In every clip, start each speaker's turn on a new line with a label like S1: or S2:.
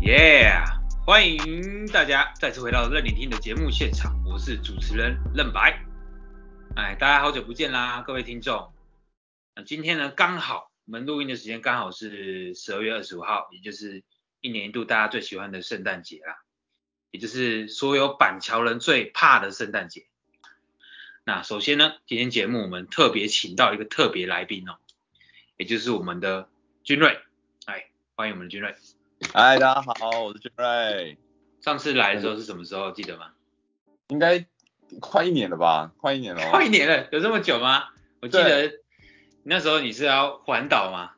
S1: 耶！欢迎大家再次回到任你听的节目现场，我是主持人任白。哎，大家好久不见啦，各位听众。那今天呢，刚好我们录音的时间刚好是十二月二十五号，也就是一年一度大家最喜欢的圣诞节啦，也就是所有板桥人最怕的圣诞节。那首先呢，今天节目我们特别请到一个特别来宾哦，也就是我们的君瑞，哎，欢迎我们的君瑞。
S2: 嗨，哎大家好，我是俊瑞。
S1: 上次来的时候是什么时候？记得吗？
S2: 应该快一年了吧？快一年了哦。
S1: 快一年了，有这么久吗？我记
S2: 对
S1: 得那时候你是要环岛吗？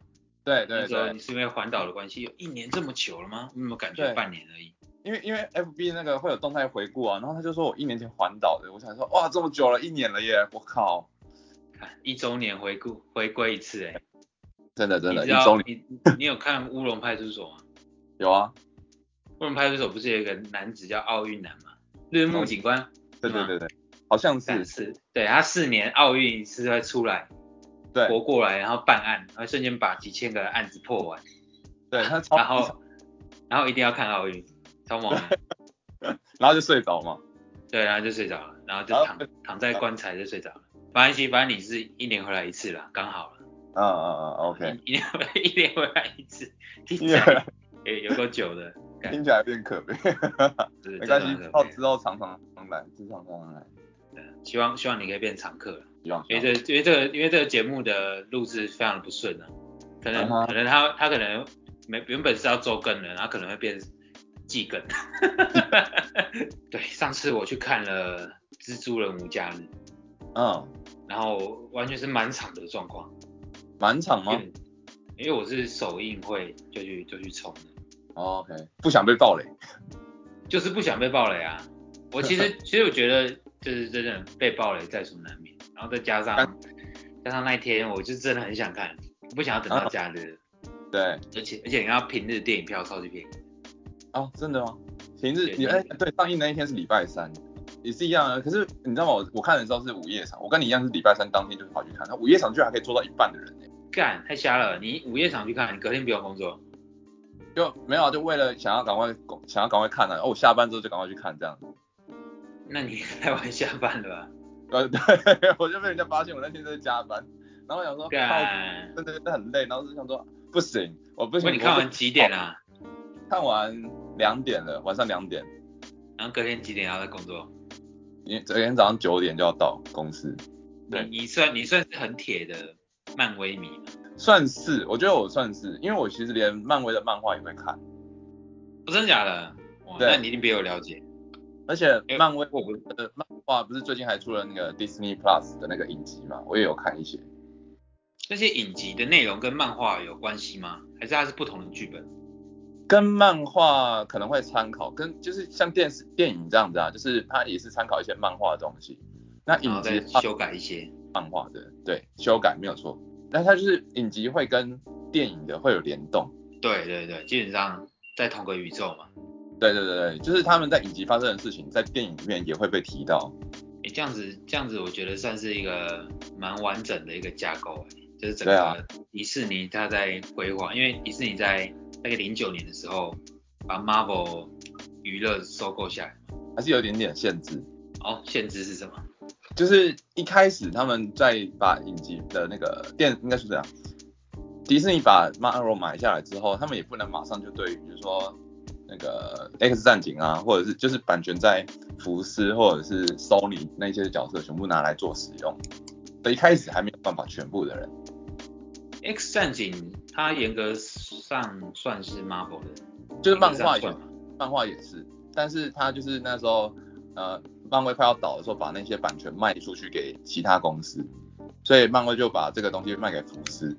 S2: 对
S1: 那
S2: 对
S1: 时候
S2: 对
S1: 你，是因为环岛的关系，有一年这么久了吗？我怎么感觉
S2: 对
S1: 半年而已？
S2: 因为因为 FB 那个会有动态回顾啊，然后他就说我一年前环岛的，我想说哇这么久了，一年了耶，我靠，
S1: 看一周年回顾回归一次、欸，哎，
S2: 真的真
S1: 你
S2: 的，
S1: 知
S2: 一周
S1: 道
S2: 年
S1: 你你有看《乌龙派出所》吗？
S2: 有啊，
S1: 《乌龙派出所》不是有一个男子叫奥运男吗？日暮警官，
S2: 对对
S1: 嗯
S2: 对对，好像
S1: 但
S2: 是
S1: 是对他四年奥运一次会出来
S2: 对
S1: 活过来，然后办案，然后瞬间把几千个案子破完，
S2: 对，他超
S1: 然后然后一定要看奥运，超 猛的。
S2: 然后就睡着嘛，
S1: 对，然后就睡着了，然后就
S2: 然后
S1: 躺躺在棺材就睡着了。没关系，反正你是一年回来一次啦，刚好了。
S2: 嗯嗯嗯，OK，
S1: 一年回来 一年回来一 次，听起
S2: 一年回
S1: 来
S2: 来
S1: 也有够久的，
S2: 听起来有点可悲，
S1: 是 真
S2: 没关
S1: 的
S2: 系，
S1: 很
S2: 之
S1: 可
S2: 后
S1: 悲
S2: 之后常常来，之后常常来，
S1: 希望希望你可以变常客了，
S2: 希望
S1: 因为这因为这个因为这个节目的录制非常的不顺啊，可能、
S2: 嗯哼
S1: 可能他他可能没原本是要周更的，然后可能会变季更。 对，上次我去看了《蜘蛛人无家日》，
S2: 嗯，
S1: 然后完全是满场的状况。
S2: 满场吗
S1: 因为因为我是首映会就去就去冲的，
S2: 哦？OK，不想被暴雷，
S1: 就是不想被暴雷啊。我其实其实我觉得就是真的被暴雷在所难免，然后再加上加上那一天我就真的很想看，我不想要等到假日，
S2: 对，
S1: 而且而且你要平日电影票超级便宜，
S2: 哦，真的吗？平日
S1: 对
S2: 你
S1: 真
S2: 哎、
S1: 的
S2: 对，上映那一天是礼拜三，也是一样啊的。可是你知道吗？我我看的时候是午夜场，我跟你一样是礼拜三当天就跑去看，那午夜场居然还可以做到一半的人呢、
S1: 干太瞎了！你午夜场去看，你隔天不用工作，
S2: 就没有啊，就为了想要赶快想要赶快看啊，哦，我下班之后就赶快去看这样子。
S1: 那你 太晚下班了吧？
S2: 呃，对， 我就被人家发现我那天在加班，然后我想说，哦靠，
S1: 干，
S2: 真的真的很累，然后就想说不行，我不
S1: 不过
S2: 行，
S1: 你看
S2: 我
S1: 完几点啊？
S2: 看完两点了，晚上两点，
S1: 然后隔天几点要在工作？
S2: 因为昨天早上九点就要到公司。
S1: 你
S2: 对
S1: 你算你算是很铁的漫威迷吗？
S2: 算是，我觉得我算是，因为我其实连漫威的漫画也会看，
S1: 哦真的假的？哇，
S2: 对
S1: 那你一定比我了解。
S2: 而且
S1: 因为
S2: 漫威
S1: 哎我不
S2: 的漫画不是最近还出了那个 Disney Plus 的那个影集嘛，我也有看一些。
S1: 那些影集的内容跟漫画有关系吗？还是它是不同的剧本？
S2: 跟漫画可能会参考，跟就是像电视电影这样子啊，就是它也是参考一些漫画的东西。那
S1: 然后
S2: 影
S1: 再
S2: 集啊它
S1: 修改一些。
S2: 漫画的，对，修改没有错。但它就是影集会跟电影的会有联动，
S1: 对对对，基本上在同个宇宙嘛。
S2: 对对对对，就是他们在影集发生的事情，在电影里面也会被提到。
S1: 诶，这样子这样子，我觉得算是一个蛮完整的一个架构、诶就是整
S2: 对啊
S1: 个迪士尼它在规划，因为迪士尼在大概零九年的时候把 Marvel 娱乐收购下来。
S2: 还是有一点点限制，
S1: 哦，限制是什么？
S2: 就是一开始他们在把影集的那个电，应该是这样，迪士尼把 Marvel 买下来之后，他们也不能马上就对于比如说那个 X 战警啊，或者是就是版权在福斯或者是 Sony 那些角色全部拿来做使用，所以一开始还没有办法全部的人，
S1: X 战警它严格上算是 Marvel 的，
S2: 就是漫
S1: 严格上
S2: 画也
S1: 算嘛
S2: 漫画也是，但是他就是那时候呃漫威快要倒的时候，把那些版权卖出去给其他公司，所以漫威就把这个东西卖给福斯，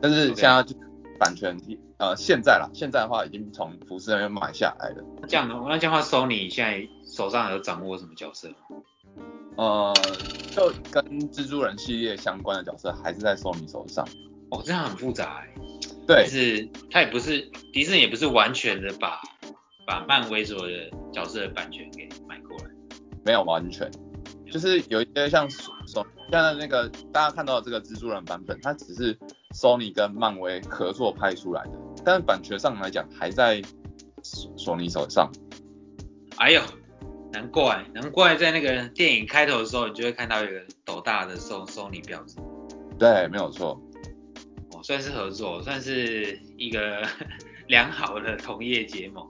S2: 但是
S1: OK
S2: 现在就版权呃现在啦，现在的话已经从福斯那边买下来了，
S1: 那这样的话，那这样的话，Sony 现在手上有掌握什么角色吗？
S2: 呃就跟蜘蛛人系列相关的角色还是在 Sony 手上，
S1: 哦，这样很复杂哎、
S2: 对
S1: 就是它也不是迪士尼也不是完全的把把漫威所有的角色的版权给买过来。
S2: 没有完全，就是有一些像手手现在那个大家看到的这个蜘蛛人版本，它只是 Sony 跟漫威合作拍出来的，但是版权上来讲还在索尼手上。
S1: 哎呦，难怪难怪在那个电影开头的时候，你就会看到一个斗大的送送你标志。
S2: 对，没有错。
S1: 哦，算是合作，算是一个 良好的同业结盟。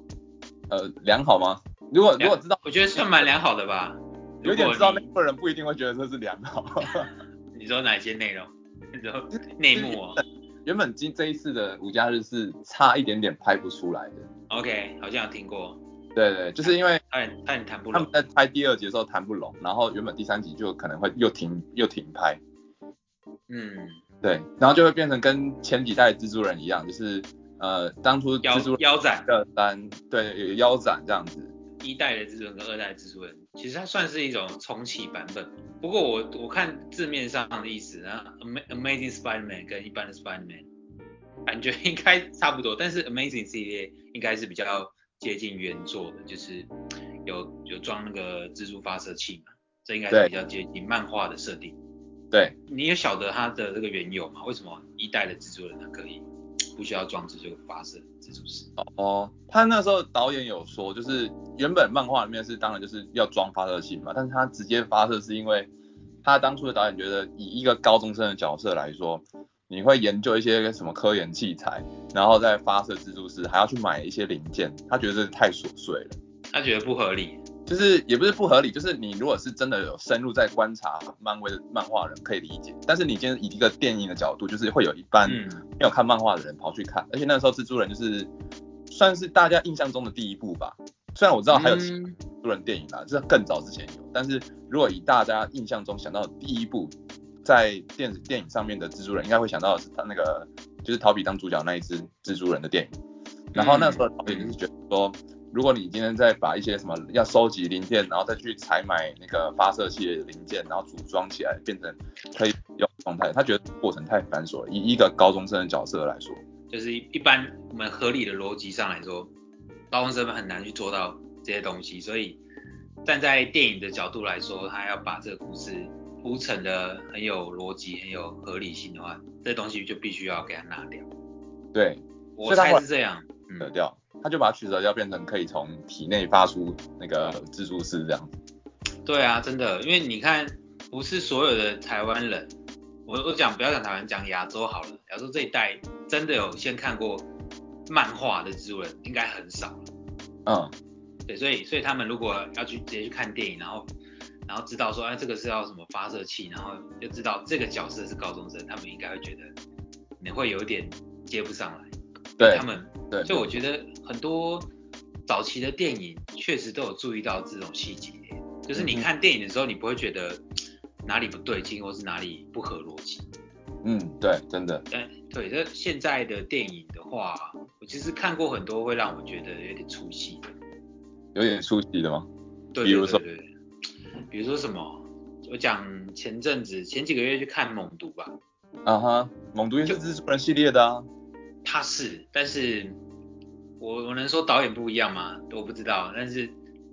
S2: 呃，良好吗？如果如
S1: 良
S2: 果知道，
S1: 我觉得算蛮良好的吧。
S2: 有
S1: 如
S2: 点
S1: 果
S2: 知道内
S1: 你
S2: 部的人不一定会觉得这是良好。
S1: 你说哪些内容？ 你说内幕哦。
S2: 原本今这一次的五加日是差一点点拍不出来的。
S1: OK，好像有听过，
S2: 对对，就是因为
S1: 差点差点谈不
S2: 他们
S1: 拢。
S2: 在拍第二集的时候谈不拢，然后原本第三集就可能会又停又停拍。
S1: 嗯，
S2: 对，然后就会变成跟前几代蜘蛛人一样，就是呃当初
S1: 腰
S2: 蜘蛛人
S1: 腰斩
S2: 的单对有腰斩这样子。
S1: 一代的蜘蛛人跟二代的蜘蛛人，其实它算是一种重启版本。不过我我看字面上的意思，然后 Ama- Amazing Spider-Man 跟一般的 Spider-Man 感觉应该差不多，但是 Amazing 系列应该是比较接近原作的，就是有有装那个蜘蛛发射器嘛，这应该是
S2: 对
S1: 比较接近漫画的设定。
S2: 对，
S1: 你也晓得它的这个缘由嘛？为什么一代的蜘蛛人它可以不需要装置就发射蜘蛛丝？
S2: 哦，他那时候导演有说，就是原本漫画里面是当然就是要装发射器嘛，但是他直接发射是因为他当初的导演觉得，以一个高中生的角色来说，你会研究一些什么科研器材，然后再发射蜘蛛丝，还要去买一些零件，他觉得这太琐碎了。
S1: 他觉得不合理。
S2: 就是也不是不合理，就是你如果是真的有深入在观察漫威的漫画人可以理解，但是你今天以一个电影的角度，就是会有一般
S1: 嗯，
S2: 没有看漫画的人跑去看，而且那时候蜘蛛人就是算是大家印象中的第一部吧。虽然我知道还有其
S1: 嗯
S2: 他蜘蛛人电影啦，这、更早之前有，但是如果以大家印象中想到的第一部在电电影上面的蜘蛛人，应该会想到的是他那个就是陶比当主角那一只蜘蛛人的电影。然后那时候陶比就是觉得说，如果你今天再把一些什么要收集零件，然后再去采买那个发射器的零件，然后组装起来变成可以用的状态，他觉得这个过程太繁琐了。以一个高中生的角色来说，
S1: 就是一般我们合理的逻辑上来说，高中生很难去做到这些东西，所以站在电影的角度来说，他要把这个故事铺陈的很有逻辑、很有合理性的话，这东西就必须要给他拿掉。
S2: 对，
S1: 我
S2: 所以他
S1: 猜
S2: 后来
S1: 是这样，
S2: 折
S1: 嗯，
S2: 掉，他就把它取折掉，变成可以从体内发出那个蜘蛛丝这样。
S1: 对啊，真的，因为你看，不是所有的台湾人，我我讲不要讲台湾，讲亚洲好了，亚洲这一代真的有先看过漫画的蜘蛛人，应该很少了。
S2: 嗯，
S1: 对，所以所以他们如果要去直接去看电影，然后然后知道说，哎，这个是要什么发射器，然后又知道这个角色是高中生，他们应该会觉得你会有一点接不上来。
S2: 对
S1: 他们，
S2: 对，
S1: 所以我觉得很多早期的电影确实都有注意到这种细节，就是你
S2: 嗯哼
S1: 看电影的时候，你不会觉得哪里不对劲，或是哪里不合逻辑。
S2: 嗯，对，真的，
S1: 但对，这现在的电影的话，我其实看过很多会让我觉得有点出戏的。
S2: 有点出息的吗？
S1: 对，
S2: 比
S1: 对
S2: 如说
S1: 对对对比如说什么？我讲前阵子前几个月去看《猛毒》吧，
S2: 啊哈，猛毒也是蜘蛛人系列的啊。
S1: 他是，但是我我能说导演不一样吗？我不知道，但是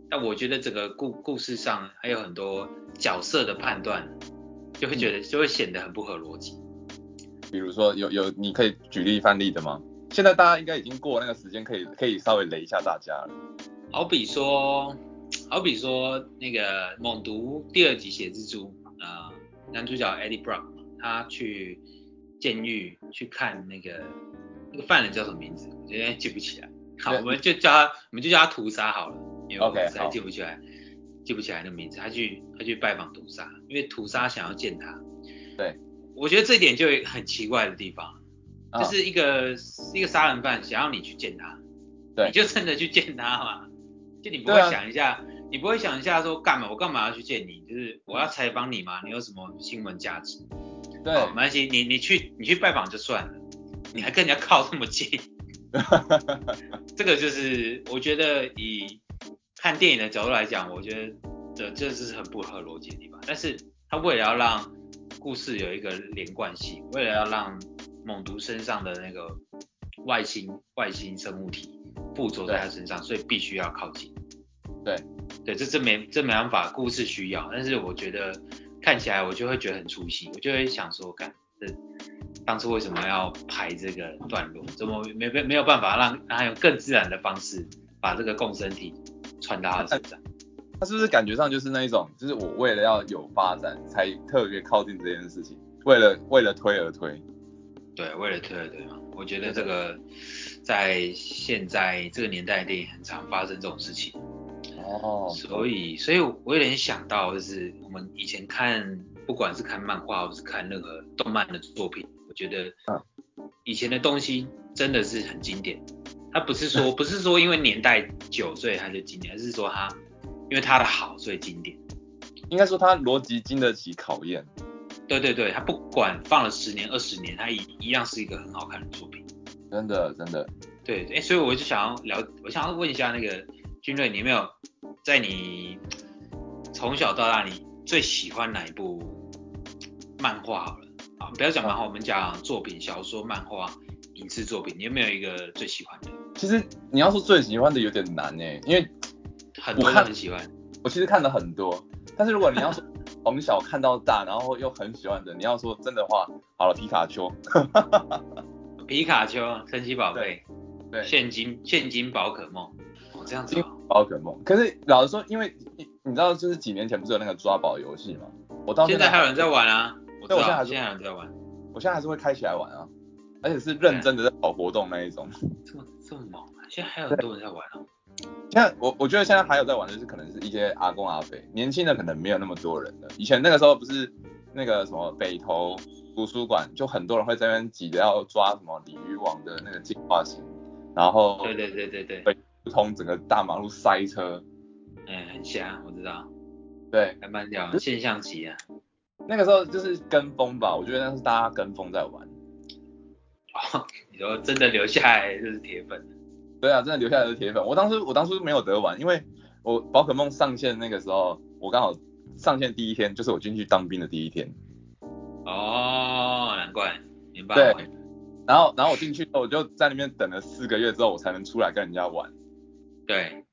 S1: 但我觉得整个故故事上还有很多角色的判断，就会觉得就会显得很不合逻辑。
S2: 比如说有有，你可以举例范例的吗？现在大家应该已经过那个时间，可以可以稍微雷一下大家了。
S1: 好比说，好比说那个《猛毒》第二集血蜘蛛，呃，男主角 Eddie Brock 嘛他去监狱去看那个那个犯人叫什么名字，我现在记不起来。好，
S2: 对
S1: 我们就叫他，我们就叫他屠杀好了，因为我
S2: OK，
S1: 实在
S2: 好
S1: 记不起来，记不起来那个名字。他去他去拜访屠杀，因为屠杀想要见他。
S2: 对，
S1: 我觉得这点就有很奇怪的地方。
S2: 啊
S1: 就是一个、一个杀人犯想要你去见他，
S2: 对
S1: 你就真的去见他嘛，就你不会
S2: 对啊
S1: 想一下，你不会想一下说干嘛我干嘛要去见你，就是我要采访你嘛，你有什么新闻价值？
S2: 对，
S1: 哦好没关系，你你去你去拜访就算了，你还跟人家靠这么近，这个就是我觉得以看电影的角度来讲，我觉得这这是很不合逻辑的地方。但是他为了要让故事有一个连贯性，为了要让猛毒身上的那个外星外星生物体附着在他身上，所以必须要靠近。
S2: 对，
S1: 对，这这没这没办法，故事需要。但是我觉得看起来我就会觉得很出戏，我就会想说，干这当初为什么要排这个段落？怎么没没没有办法让让它用更自然的方式把这个共生体传到他身上。
S2: 他是不是感觉上就是那一种，就是我为了要有发展，才特别靠近这件事情，为了为了推而推。
S1: 对，为了推而推嘛。我觉得这个在现在这个年代电影很常发生这种事情。
S2: 哦
S1: 所以，所以我有点想到，就是我们以前看，不管是看漫画，或是看任何动漫的作品，我觉得
S2: 嗯，
S1: 以前的东西真的是很经典。它不是
S2: 嗯
S1: 说不是说因为年代久所以它就经典，而是说它因为它的好所以经典。
S2: 应该说他逻辑经得起考验。
S1: 对对对，它不管放了十年二十年，它一一样是一个很好看的作品。
S2: 真的真的，
S1: 对，哎、所以我就想要聊，我想要问一下那个君瑞，你有没有在你从小到大，你最喜欢哪一部漫画？好了，啊，不要讲漫画，我们讲作品，小说、漫画、影视作品，你有没有一个最喜欢的？
S2: 其实你要说最喜欢的有点难呢、因为
S1: 很多
S2: 我
S1: 人
S2: 看
S1: 很喜欢，
S2: 我其实看了很多，但是如果你要说从小看到大，然后又很喜欢的，你要说真的话，好了，皮卡丘，
S1: 皮卡丘、神奇宝贝、
S2: 对，
S1: 现金、现金宝可梦，哦，这样子、哦，
S2: 宝可梦。可是老实说，因为你你知道，就是几年前不是有那个抓宝游戏嘛，我到
S1: 现在还有人在，玩啊，我知
S2: 对我现在
S1: 道，
S2: 还是
S1: 现在还有人在玩，
S2: 我现在还是会开起来玩啊，而且是
S1: 嗯
S2: 认真的在跑活动那一种。
S1: 这么这么猛啊，现在还有很多人在玩啊，
S2: 现在我我觉得现在还有在玩的，就是可能是一些阿公阿伯，年轻的可能没有那么多人了。以前那个时候不是那个什么北投图书馆，就很多人会在那边挤着要抓什么鲤鱼王的那个进化型，然后
S1: 对对对对对，
S2: 不通整个大马路塞车。
S1: 哎、很香，我知道。
S2: 对，
S1: 还蛮屌
S2: 嗯
S1: 的，现象级啊。
S2: 那个时候就是跟风吧，我觉得那是大家跟风在玩。
S1: 哦，你说真的留下来就是铁粉，
S2: 对啊，真的留下来的铁粉。我当初我当初没有得玩，因为我宝可梦上线那个时候，我刚好上线第一天就是我进去当兵的第一天。
S1: 哦，难怪，明白。
S2: 对然后，然后我进去之后，我就在那边等了四个月之后，我才能出来跟人家玩。
S1: 对，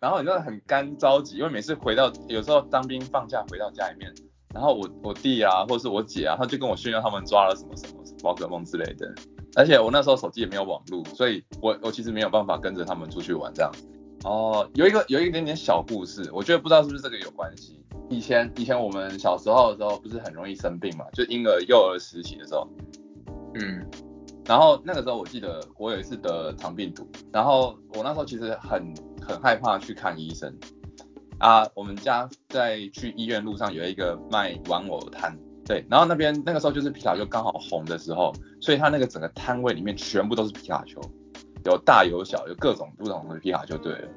S2: 然后你知道很干着急，因为每次回到有时候当兵放假回到家里面，然后我我弟啊，或是我姐啊，他就跟我炫耀他们抓了什么什么宝可梦之类的。而且我那时候手机也没有网络，所以我我其实没有办法跟着他们出去玩这样子。哦，有一个有一点点小故事，我觉得不知道是不是这个有关系。以前以前我们小时候的时候，不是很容易生病嘛，就婴儿幼儿时期的时候，
S1: 嗯，
S2: 然后那个时候我记得我有一次得肠病毒，然后我那时候其实很很害怕去看医生啊。我们家在去医院路上有一个卖玩偶的摊，对，然后那边那个时候就是皮卡丘刚好红的时候，所以它那个整个摊位里面全部都是皮卡丘，有大有小，有各种不同的皮卡丘对了。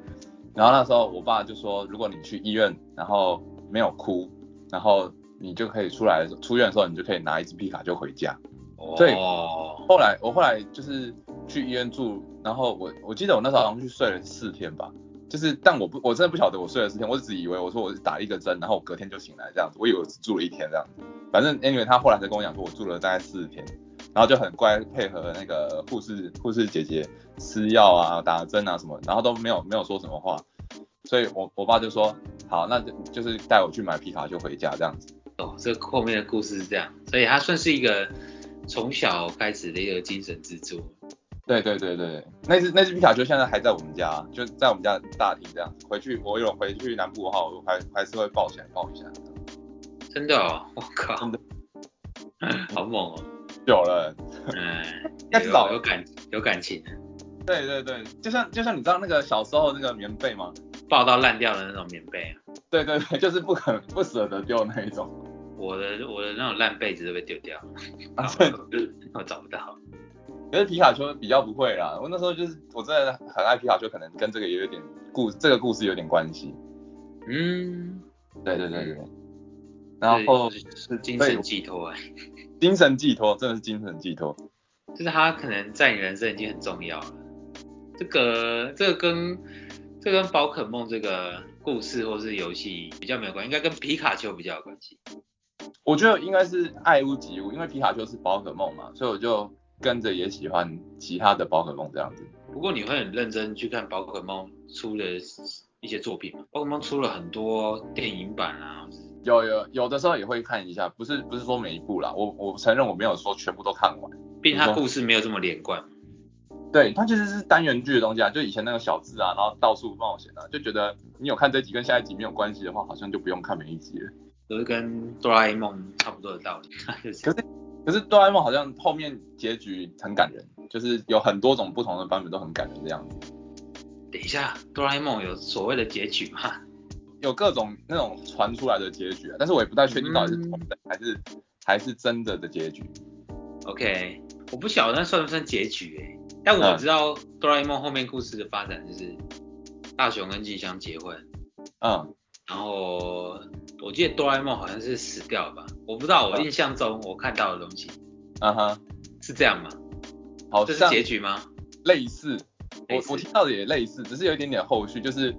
S2: 然后那时候我爸就说，如果你去医院然后没有哭，然后你就可以出来的时候出院的时候，你就可以拿一只皮卡丘回家。对
S1: 哦，
S2: 后来我后来就是去医院住，然后我我记得我那时候好像去睡了四天吧，就是但我不我真的不晓得我睡了四天，我只以为我说我是打一个针，然后我隔天就醒来这样子，我以为我只住了一天这样子。反正 anyway 他后来才跟我讲说我住了大概四天，然后就很乖配合那个护士护士姐姐吃药啊打针啊什么，然后都没有没有说什么话，所以我我爸就说好那就就是带我去买皮卡丘回家这样子。
S1: 哦，这后面的故事是这样，所以他算是一个从小开始的一个精神支柱。
S2: 对对对对，那只那只皮卡丘现在还在我们家，就在我们家大厅这样子。回去我有回去南部的话，我还还是会抱起来抱一下。
S1: 真的哦，我靠，
S2: 真的
S1: 好猛哦，
S2: 久了，
S1: 嗯，
S2: 那至少
S1: 有有感有感情，
S2: 对对对，就像就像你知道那个小时候那个棉被吗？
S1: 抱到烂掉的那种棉被啊，
S2: 对对对，就是不肯不舍得丢那一种。
S1: 我的我的那种烂被子都被丢掉了，
S2: 啊
S1: 然后 我找不到，
S2: 可是皮卡丘比较不会啦，我那时候就是我真的很爱皮卡丘，可能跟这个也有点故这个故事有点关系。
S1: 嗯，
S2: 对对对对。然后
S1: 这
S2: 是
S1: 精
S2: 对
S1: 神寄托哎。
S2: 精神寄托，真的是精神寄托。
S1: 就是他可能在你人生已经很重要了。这个这个跟这跟宝可梦这个故事或是游戏比较没有关系，应该跟皮卡丘比较有关系。
S2: 我觉得应该是爱屋及乌，因为皮卡丘是宝可梦嘛，所以我就跟着也喜欢其他的宝可梦这样子。
S1: 不过你会很认真去看宝可梦出的一些作品吗？宝可梦出了很多电影版啊，
S2: 有有有的时候也会看一下，不是不是说每一部啦，我我承认我没有说全部都看完。
S1: 毕竟它故事没有这么连贯。
S2: 对，它其实是单元剧的东西啊，就以前那个小字啊，然后到处冒险啊，就觉得你有看这集跟下一集没有关系的话，好像就不用看每一集了。
S1: 都是跟哆啦 A 梦差不多的道理， 就是
S2: 可是可是哆啦 A 梦好像后面结局很感人，就是有很多种不同的版本都很感人的样子，
S1: 等一下，哆啦 A 梦有所谓的结局吗？
S2: 有各种那种传出来的结局、啊，但是我也不太确定到底是
S1: 嗯
S2: 同的、还是还是真的的结局。
S1: OK，我不晓得那算不算结局哎、但我
S2: 嗯
S1: 知道哆啦 A 梦后面故事的发展就是大雄跟静香结婚，
S2: 嗯，
S1: 然后我记得哆啦 A 梦好像是死掉了吧？我不知道，我
S2: 嗯
S1: 印象中我看到的东西
S2: 嗯哼，
S1: 是这样吗？
S2: 好
S1: 这是
S2: 像
S1: 结局吗？
S2: 类似，
S1: 类
S2: 我
S1: 似
S2: 我听到的也类似，只是有一点点后续，就是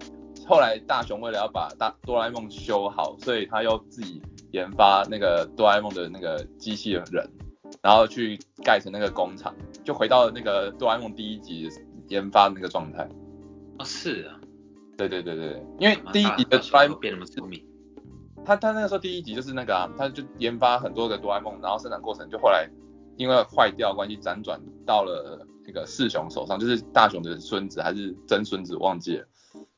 S2: 后来大雄为了要把大哆啦 A 梦修好，所以他又自己研发那个哆啦 A 梦的那个机器人，然后去盖成那个工厂，就回到那个哆啦 A 梦第一集研发的那个状态。
S1: 哦，是啊，
S2: 对对对对，对因为
S1: 干嘛
S2: 第一
S1: 大
S2: 集的
S1: 啊大雄
S2: 哆啦 A
S1: 都
S2: 梦，
S1: 变那么聪明，
S2: 他他那个时候第一集就是那个啊，他就研发很多个哆啦 A 梦，然后生产过程就后来因为坏掉的关系辗转到了那个四雄手上，就是大雄的孙子还是曾孙子忘记了。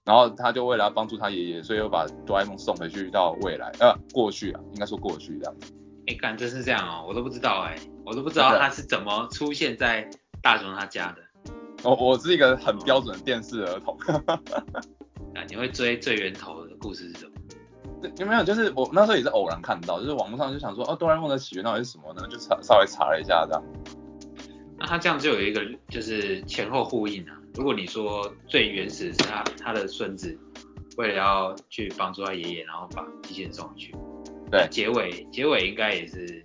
S2: 然后他就为了要帮助他爷爷，所以又把哆啦 A 梦送回去到未来，呃，过去啊，应该说过去这样子。
S1: 哎、干真是这样哦，我都不知道哎、我都不知道
S2: 真的
S1: 他是怎么出现在大雄他家的。
S2: 我我是一个很标准的电视儿童，
S1: 啊，你会追最源头的故事是什么？
S2: 对有没有？就是我那时候也是偶然看到，就是网络上就想说，哦，哆啦 A 梦的起源到底是什么呢？就查稍微查了一下这样。
S1: 那他这样就有一个就是前后呼应啊。如果你说最原始是他他的孙子为了要去帮助他爷爷，然后把机器人送回去，
S2: 对
S1: 那结尾结尾应该也是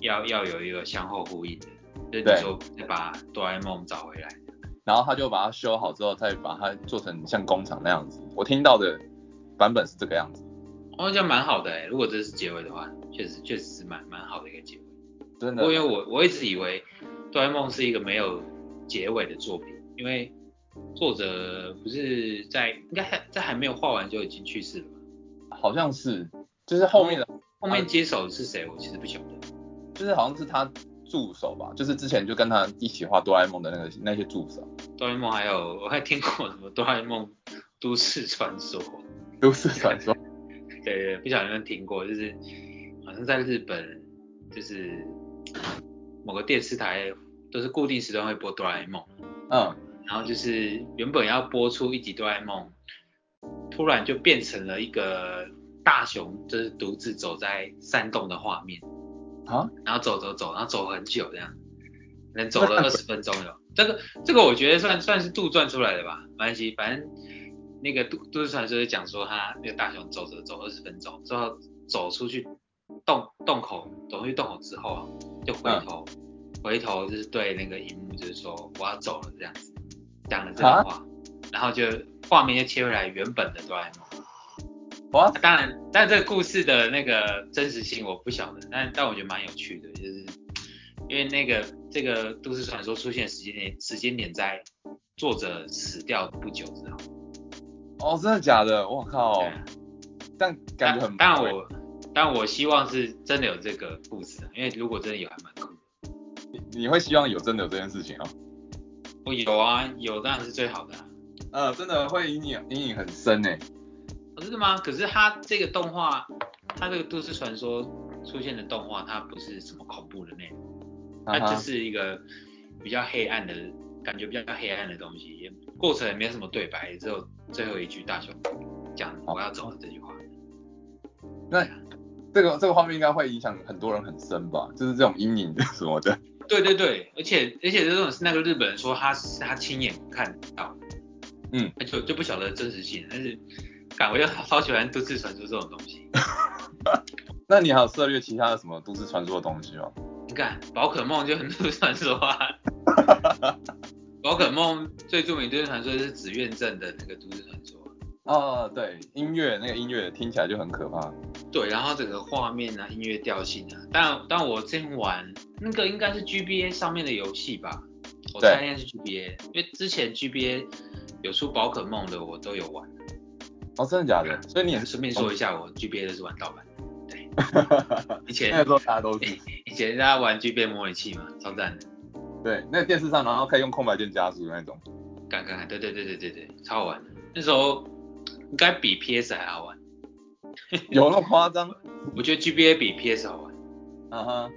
S1: 要要有一个相互呼应的，就是
S2: 对
S1: 你说再把哆啦 A 梦找回来。
S2: 然后他就把它修好之后，再把它做成像工厂那样子。我听到的版本是这个样子，
S1: 哦，这样蛮好的哎、如果这是结尾的话，确实确实是蛮蛮好的一个结尾。
S2: 真
S1: 不
S2: 的
S1: 过。因为我我一直以为哆啦 A 梦是一个没有结尾的作品，因为作者不是在应该还在还没有画完就已经去世了吧？
S2: 好像是，就是后面的，
S1: 后面接手的是谁，我其实不晓得。
S2: 就是好像是他助手吧，就是之前就跟他一起画哆啦 A 梦的那个那些助手，
S1: 哆啦 A 梦还有我还听过什么哆啦 A 梦都市传说，
S2: 都市传说。
S1: 对对对，不晓得有没有听过，就是好像在日本就是某个电视台都是固定时段会播哆啦 A 梦。
S2: 嗯，
S1: 然后就是原本要播出一集哆啦 A 梦，突然就变成了一个大雄就是独自走在山洞的画面
S2: 啊，
S1: 然后走走走，然后走很久这样，可能走了二十分钟有。这个这个我觉得算算是杜撰出来的吧，没关系，反正那个都都市传说就讲说他那个大雄走着走二十分钟之后走出去洞洞口，走出去洞口之后啊，就回头、回头就是对那个荧幕就是说我要走了这样子，讲了这段话，然后就画面就切回来原本的哆啦 A 梦。
S2: 哇，
S1: 当然，但这个故事的那个真实性我不晓得，但但我觉得蛮有趣的，就是因为那个这个都市传说出现的时间点时间点在作者死掉不久之后。
S2: 哦，真的假的？我靠
S1: 对，啊
S2: 但感觉很
S1: 但但我但我希望是真的有这个故事啊，因为如果真的有还蛮酷的。
S2: 你你会希望有真的有这件事情哦。
S1: 我有啊，有当然是最好的、啊。
S2: 呃，真的会阴影阴影很深欸诶。
S1: 哦，真的吗？可是它这个动画，它这个都市传说出现的动画，它不是什么恐怖的内容。它
S2: 啊
S1: 就
S2: 哈，
S1: 是一个比较黑暗的感觉，比较黑暗的东西，也过程也没有什么对白，只有最后一句大雄讲“
S2: 哦
S1: 我要走了”这句话。
S2: 这个这个画面应该会影响很多人很深吧，就是这种阴影 什么的。
S1: 对对对，而且而且这种是那个日本人说他是他亲眼看到的，
S2: 嗯，
S1: 就就不晓得真实性，但是感我就好喜欢都市传说这种东西。
S2: 那你还有涉猎其他的什么都市传说的东西吗？
S1: 你看宝可梦就很都市传说 啊，宝可梦最著名都市传说就是紫苑镇的那个都市传说。
S2: 哦，对，音乐那个音乐听起来就很可怕。
S1: 对，然后整个画面啊、音乐调性啊，但但我之前玩那个应该是 GBA 上面的游戏吧，我
S2: 对
S1: 猜应该是 GBA，因为之前 GBA 有出宝可梦的我都有玩。
S2: 哦，真的假的？所以你也是
S1: 顺便说一下，我 GBA 都是玩盗版，
S2: 那
S1: 以
S2: 个
S1: 前
S2: 时候大家都是，
S1: 以前大家玩 GBA 模拟器嘛，超赞的。
S2: 对，那个电视上然后可以用空白键加速的那种。
S1: 干干干，对对对对对对，超好玩的。那时候应该比 PS 还好玩，
S2: 有那么夸 张？
S1: 我觉得 GBA 比 PS 好玩。嗯
S2: 啊哈，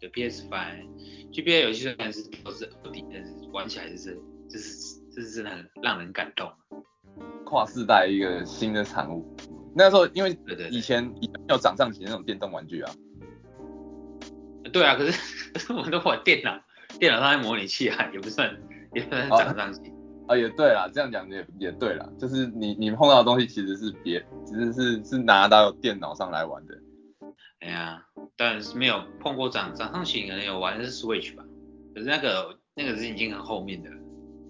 S1: 对 PS 版 GBA 游戏虽然是都是二 D，但是玩起来就是就是就是真的很让人感动。
S2: 跨世代一个新的产物。那时候因为
S1: 对对
S2: 以
S1: 对，
S2: 前以前没有掌上型那种电动玩具啊，
S1: 对啊，可是可是我们都玩电脑，电脑上的模拟器啊，也不算也不算
S2: 哦
S1: 掌上型。
S2: 啊也对啦，这样讲也也对啦，就是你你碰到的东西其实是别其实是是拿到电脑上来玩的。
S1: 哎呀，当然是没有碰过掌掌上型，可能有玩的是 Switch 吧，可是那个那个是已经很后面的了，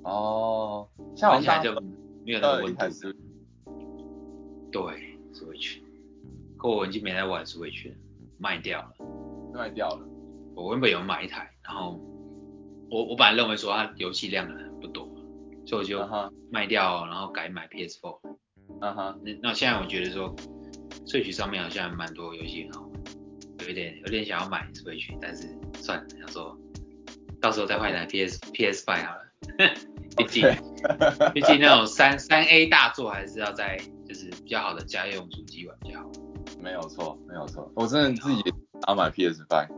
S2: 哦，像好
S1: 玩起
S2: 像
S1: 来
S2: 大
S1: 就
S2: 家
S1: 没有那
S2: 都
S1: 个
S2: 有一
S1: 温
S2: 台
S1: 度。
S2: 是
S1: 对，Switch，可我已经没在玩 Switch，了卖掉了。
S2: 卖掉了。
S1: 我原本有买一台，然后我我本来认为说它游戏量不多，所以我就
S2: 啊哈
S1: 卖掉，然后改买 PS4。
S2: 啊哈，
S1: 那那现在我觉得说，Switch 上面好像蛮多游戏很好玩，有一点有点想要买 Switch，但是算了，想说到时候再换一台 PS PS5 好了。毕竟
S2: OK
S1: 毕竟那种三三 A 大作还是要在就是比较好的家用主机玩比较好。
S2: 没有错没有错，我真的自己也想买 PS Five，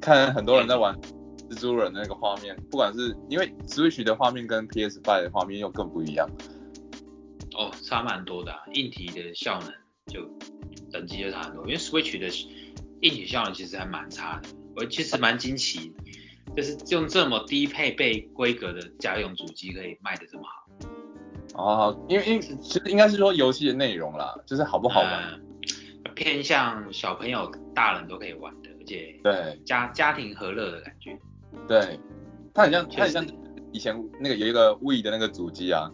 S2: 看很多人在玩蜘蛛人的那个画面，不管是因为 Switch 的画面跟 PS Five 的画面又更不一样。
S1: 哦，差蛮多的、啊，硬体的效能就等级就差很多，因为 Switch 的硬体效能其实还蛮差的，我其实蛮惊奇，就是用这么低配备规格的家用主机可以卖的这么好，
S2: 哦，因为因为其实应该是说游戏的内容啦，就是好不好玩。
S1: 呃偏向小朋友、大人都可以玩的，而且
S2: 对
S1: 家家庭和乐的感觉，
S2: 对，它很像它
S1: 确
S2: 很
S1: 实
S2: 像。以前那个有一个 We 的那个主机啊，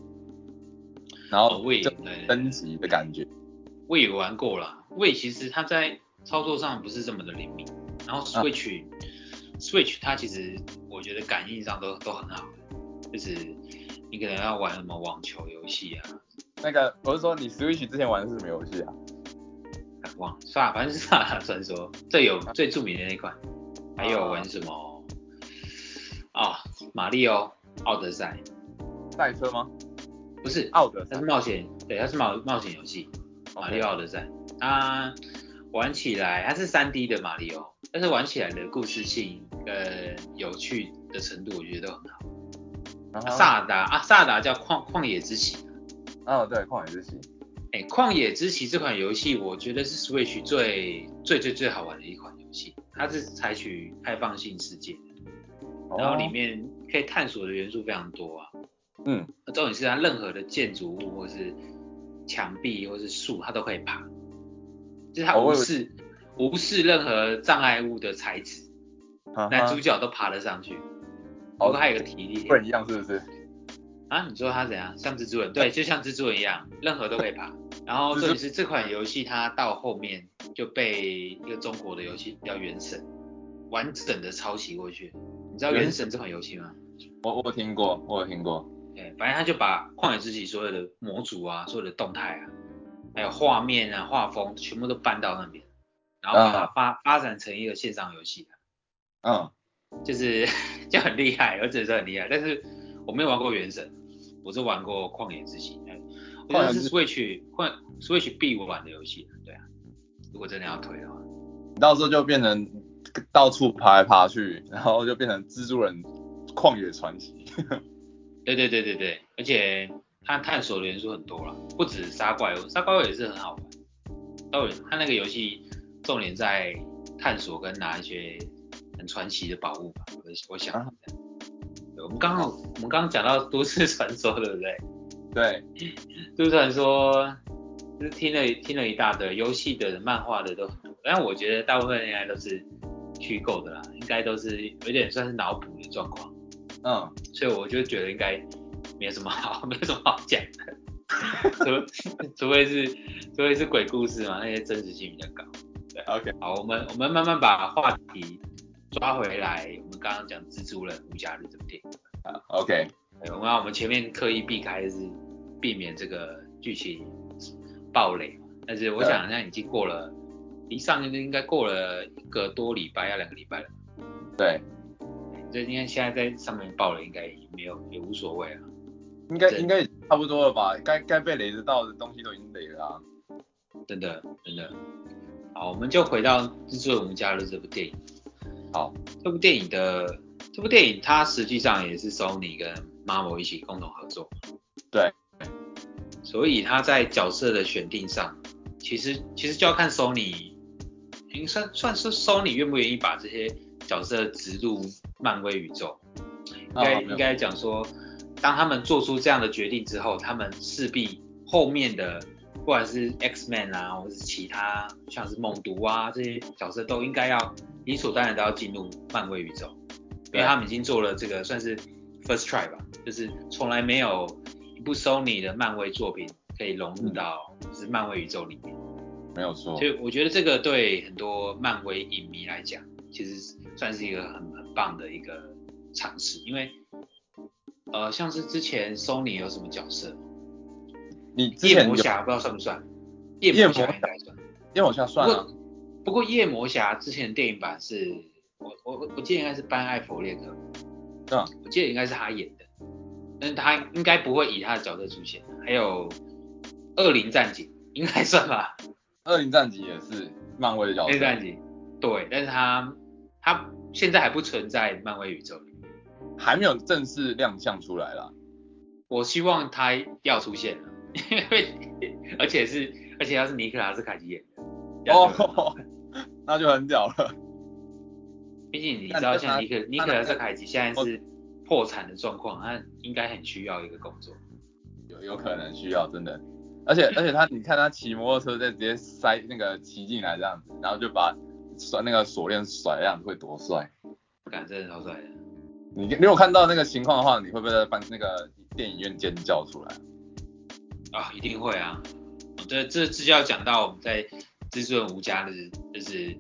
S2: 然
S1: 哦
S2: 后
S1: ，We
S2: 就
S1: 对
S2: 升级的感觉。
S1: ，We 有玩过啦，We 其实它在操作上不是这么的灵敏，然后 Switch、Switch 它其实我觉得感应上都都很好，就是你可能要玩什么网球游戏啊，
S2: 那个我是说你 Switch 之前玩的是什么游戏啊？
S1: 忘了算了，反正是《萨达传说》最有最著名的那一款，还有玩什么啊、哦马里奥奥德赛
S2: 赛车吗？
S1: 不是，
S2: 奥德
S1: 它
S2: 赛
S1: 是。冒险，对，它是冒冒险游戏，马里奥奥德赛，它玩起来它是3 D 的马里奥，但是玩起来的故事性呃有趣的程度，我觉得都很好。
S2: 然
S1: 啊
S2: 后
S1: 萨达啊，萨达叫旷旷野之息。
S2: 哦，对，旷野之息。
S1: 哎，旷野之息这款游戏，我觉得是 Switch 最最最最好玩的一款游戏。它是采取开放性世界，
S2: 哦
S1: 然后里面可以探索的元素非常多啊。
S2: 嗯，
S1: 重点是它任何的建筑物或是墙壁或是树，它都可以爬，就是它
S2: 哦我
S1: 无
S2: 以为
S1: 视、无视任何障碍物的材质，
S2: 哦
S1: 男主角都爬得上去。不
S2: 哦
S1: 过还有个体力
S2: 不一样是不是？
S1: 啊，你说它怎样？像蜘蛛人，对，就像蜘蛛人一样，任何都可以爬。然后
S2: 蜘蛛
S1: 重点是这款游戏它到后面就被一个中国的游戏叫《原神》完整的抄袭过去。你知道《原
S2: 原
S1: 神》这款游戏吗？
S2: 我我有听过，我有听过。
S1: 对，反正他就把《旷野之息》所有的模组啊、所有的动态啊，还有画面啊、画风，全部都搬到那边，然后把它
S2: 啊
S1: 发、发展成一个线上游戏，啊
S2: 嗯，
S1: 就是 就很厉害，我只能说很厉害。但是我没有玩过《原神》，我是玩过《旷野之息》哎，我觉得是 Switch 旷 Switch 必玩的游戏，对啊。如果真的要推的话，
S2: 你到时候就变成到处爬来爬去，然后就变成蜘蛛人旷野传奇。
S1: 对对对对对，而且它探索的元素很多了，不止杀怪物，杀怪物也是很好玩。到底它那个游戏重点在探索跟拿一些很传奇的宝物吧，我我想
S2: 啊
S1: 是这样。对我们刚刚我们刚刚讲到都市传说，对不对？
S2: 对，
S1: 都市传说就是听了听了一大堆，游戏的、漫画的都很多，但我觉得大部分应该都是虚构的啦，应该都是有点算是脑补的状况。
S2: 嗯，
S1: 所以我就觉得应该没什么好， 没什么好讲的，除除非是除非是鬼故事嘛，那些真实性比较高。
S2: 对，OK，
S1: 好，我们我们慢慢把话题抓回来，我们刚刚讲蜘蛛人、无暇日这部电影，
S2: 好，OK，
S1: 对我们我们前面刻意避开就是避免这个剧情暴雷嘛，但是我想那已经过了，离上映应该过了一个多礼拜，要两个礼拜了。
S2: 对，
S1: 这应该现在在上面爆了，应该也没有也无所谓啊。
S2: 应该
S1: 对
S2: 应该也差不多了吧？该该被雷得到的东西都已经雷了、啊。
S1: 真的真的。好，我们就回到《蜘蛛人无家日》这部电影。
S2: 好，
S1: 这部电影的这部电影它实际上也是 Sony 跟 Marvel 一起共同合作。
S2: 对。
S1: 所以它在角色的选定上，其实其实就要看 Sony，应算算是 Sony 愿不愿意把这些角色植入漫威宇宙。应该、
S2: 啊没有
S1: 应该讲说，当他们做出这样的决定之后，他们势必后面的不管是 X Man 啊，或是其他像是猛毒啊这些角色，都应该要理所当然都要进入漫威宇宙，因为
S2: 对
S1: 他们已经做了这个算是 first try 吧，就是从来没有一部 Sony 的漫威作品可以融入到就是漫威宇宙里面，
S2: 没有错
S1: 所。以我觉得这个对很多漫威影迷来讲，其实算是一个很很棒的一个尝试，因为呃像是之前 Sony 有什么角色，
S2: 你之
S1: 夜
S2: 前
S1: 魔
S2: 有
S1: 侠不知道算不算，夜
S2: 夜
S1: 魔侠
S2: 魔
S1: 应该算。
S2: 夜魔侠算了、
S1: 不过夜魔侠之前的电影版是我我我我记得应该是班艾弗列克，
S2: 嗯，
S1: 我记得应该是他演的，但是他应该不会以他的角色出现。还有恶灵战警应该算吧，
S2: 恶灵战警也是漫威的角
S1: 恶灵战
S2: 色，
S1: 警对，但是他他现在还不存在漫威宇宙里，
S2: 还没有正式亮相出来啦。
S1: 我希望他要出现了， 因为而且是而且要是尼克拉斯凯奇演的，这样就
S2: 哦， 那就很屌了。
S1: 毕竟你
S2: 但
S1: 知道，
S2: 但
S1: 像
S2: 他
S1: 尼克尼
S2: 他
S1: 克
S2: 那
S1: 莱
S2: 个
S1: 斯凯奇现在是破产的状况，他应该很需要一个工作。
S2: 有有可能需要真的，而且而且他，你看他骑摩托车再直接塞那个骑进来这样子，然后就把甩那个锁链甩这样子会多帅。
S1: 不敢，真的超帅的。
S2: 你你有看到那个情况的话，你会不会在办那个电影院尖叫出来？
S1: 啊，一定会啊！这这这就要讲到我们在蜘蛛人无家日，就是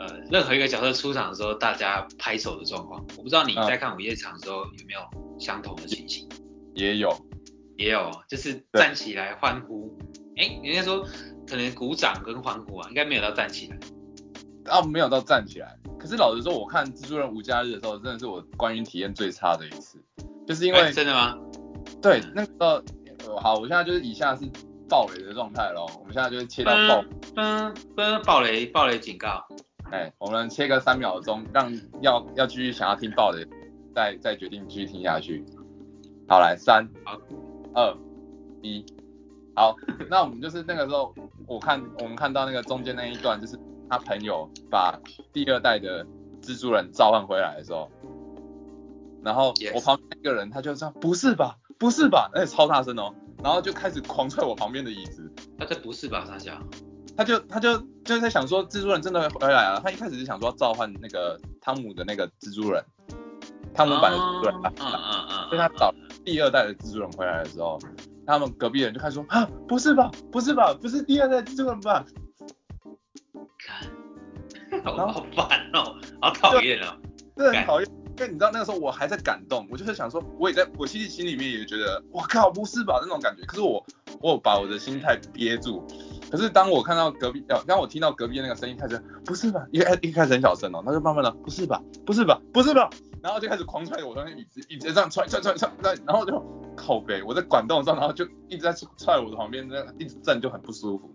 S1: 呃，任何一个角色出场的时候，大家拍手的状况。我不知道你
S2: 啊
S1: 在看午夜场的时候有没有相同的情形，
S2: 也有，
S1: 也有，哦就是
S2: 对
S1: 站起来欢呼。哎、人家说可能鼓掌跟欢呼啊，应该没有到站起来。
S2: 啊没有到站起来。可是老实说，我看《蜘蛛人无家日》的时候，真的是我观影体验最差的一次，就是因为、
S1: 哎真的吗？
S2: 对那个时候呃好，我现在就是以下是暴雷的状态咯，我们现在就是切到暴
S1: 嗯嗯嗯，暴雷暴雷警告。
S2: 哎，我们切个三秒钟，让要要继续想要听爆的，再再决定继续听下去。好，来三
S1: 好，
S2: 二一，好，那我们就是那个时候，我看我们看到那个中间那一段，就是他朋友把第二代的蜘蛛人召唤回来的时候，然后
S1: Yes
S2: 我旁边一个人他就说不是吧，不是吧，而且超大声哦，然后就开始狂踹我旁边的椅子，
S1: 那这不是吧，三小？
S2: 他就他就就是在想说蜘蛛人真的回来了，他一开始是想说要召唤那个汤姆的那个蜘蛛人，汤姆版的蜘蛛人，
S1: 嗯嗯嗯，
S2: 所以他找第二代的蜘蛛人回来的时候，他们隔壁人就开始说啊不是吧不是吧不是第二代蜘蛛人吧，
S1: 看，好好烦哦，好讨厌哦。
S2: 这很讨厌。因为你知道那个时候我还在感动，我就是想说，我也在我心里心里面也觉得，我靠，不是吧那种感觉。可是我我有把我的心态憋住。可是当我看到隔壁，呃，当我听到隔壁那个声音开始，不是吧？一开一开始很小声哦，他就慢慢的，不是吧？不是吧？不是吧？然后就开始狂踹我旁边椅子，一直这样踹踹踹踹踹，然后我就靠背，我在管动的时候，然后就一直在踹我的旁边，那样一直站就很不舒服。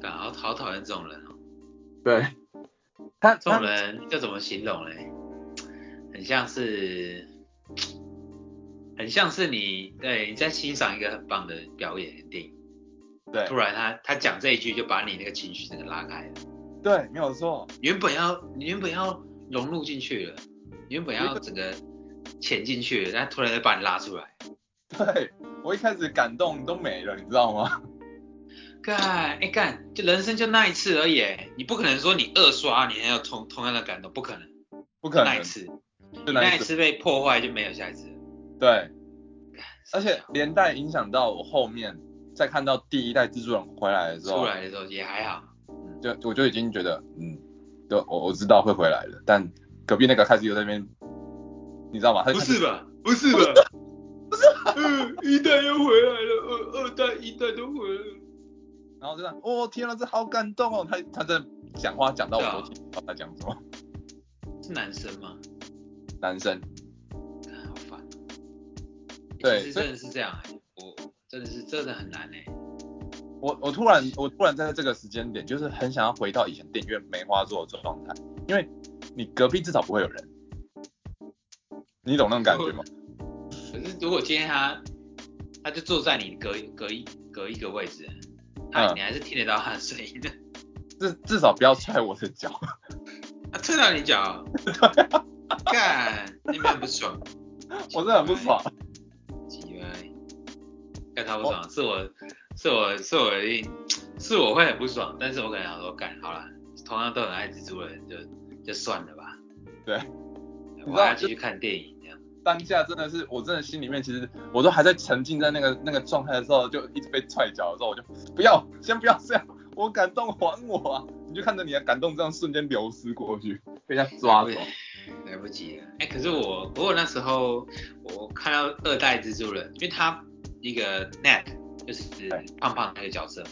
S1: 干好好讨厌这种人哦，
S2: 对，他
S1: 这种
S2: 他
S1: 人要怎么形容嘞？很像是，很像是你对你在欣赏一个很棒的表演跟电影，
S2: 对
S1: 突然他他讲这一句就把你那个情绪整个拉开了，
S2: 对没有错，
S1: 原本要你原本要融入进去了，原本要整个潜进去了，但突然就把你拉出来。
S2: 对我一开始感动都没了，你知道吗？
S1: 干，哎、干，就人生就那一次而已，欸你不可能说你二刷啊你还有同同样的感动，不可能，
S2: 不可能，
S1: 那一次，
S2: 就
S1: 那
S2: 那
S1: 一
S2: 一次，
S1: 次被破坏就没有下一次了。
S2: 对，
S1: 干
S2: 而且连带影响到我后面再看到第一代蜘蛛人回来的时
S1: 出
S2: 候，
S1: 来的时候也还好，
S2: 就我就已经觉得，嗯，就我我知道会回来了，但隔壁那个开始又在那边，你知道吗？他就
S1: 不
S2: 开始
S1: 是吧？不是吧？
S2: 啊
S1: 不是，嗯，一代又回来了，二二代、一代都回来了。
S2: 然后就这样，哦天啊，这好感动哦！
S1: 啊
S2: 他他在讲话讲到我都听不到他讲什么，
S1: 是男生吗？
S2: 男生，
S1: 看好烦。哦
S2: 对
S1: 其实
S2: 所以
S1: 真的是这样、欸，我真的是真的很难哎、
S2: 我我突然我突然在这个时间点，就是很想要回到以前电影院梅花座的状态，因为你隔壁至少不会有人，你懂那种感觉吗？
S1: 可是如果今天他他就坐在你隔隔一隔一个位置，他、
S2: 嗯
S1: 你还是听得到他的声音的，
S2: 至至少不要踹我的脚，
S1: 他推到你脚，干，你们很不爽，
S2: 我真的很不爽。
S1: 奇怪，干他不爽，是我是我是我一定是我会很不爽，但是我可能想说干好了，同样都很爱蜘蛛人，就就算了吧，
S2: 对，
S1: 我还要继续看电影这样，
S2: 当下真的是，我真的心里面其实我都还在沉浸在那个那个状态的时候，就一直被踹脚的时候，我就不要，先不要这样，我感动还我啊！你就看着你的感动这样瞬间流失过去，被人家抓走。
S1: 来不及了。哎、可是我不过那时候我看到二代蜘蛛人，因为他一个 Nat 就是
S2: 对
S1: 胖胖那个角色嘛，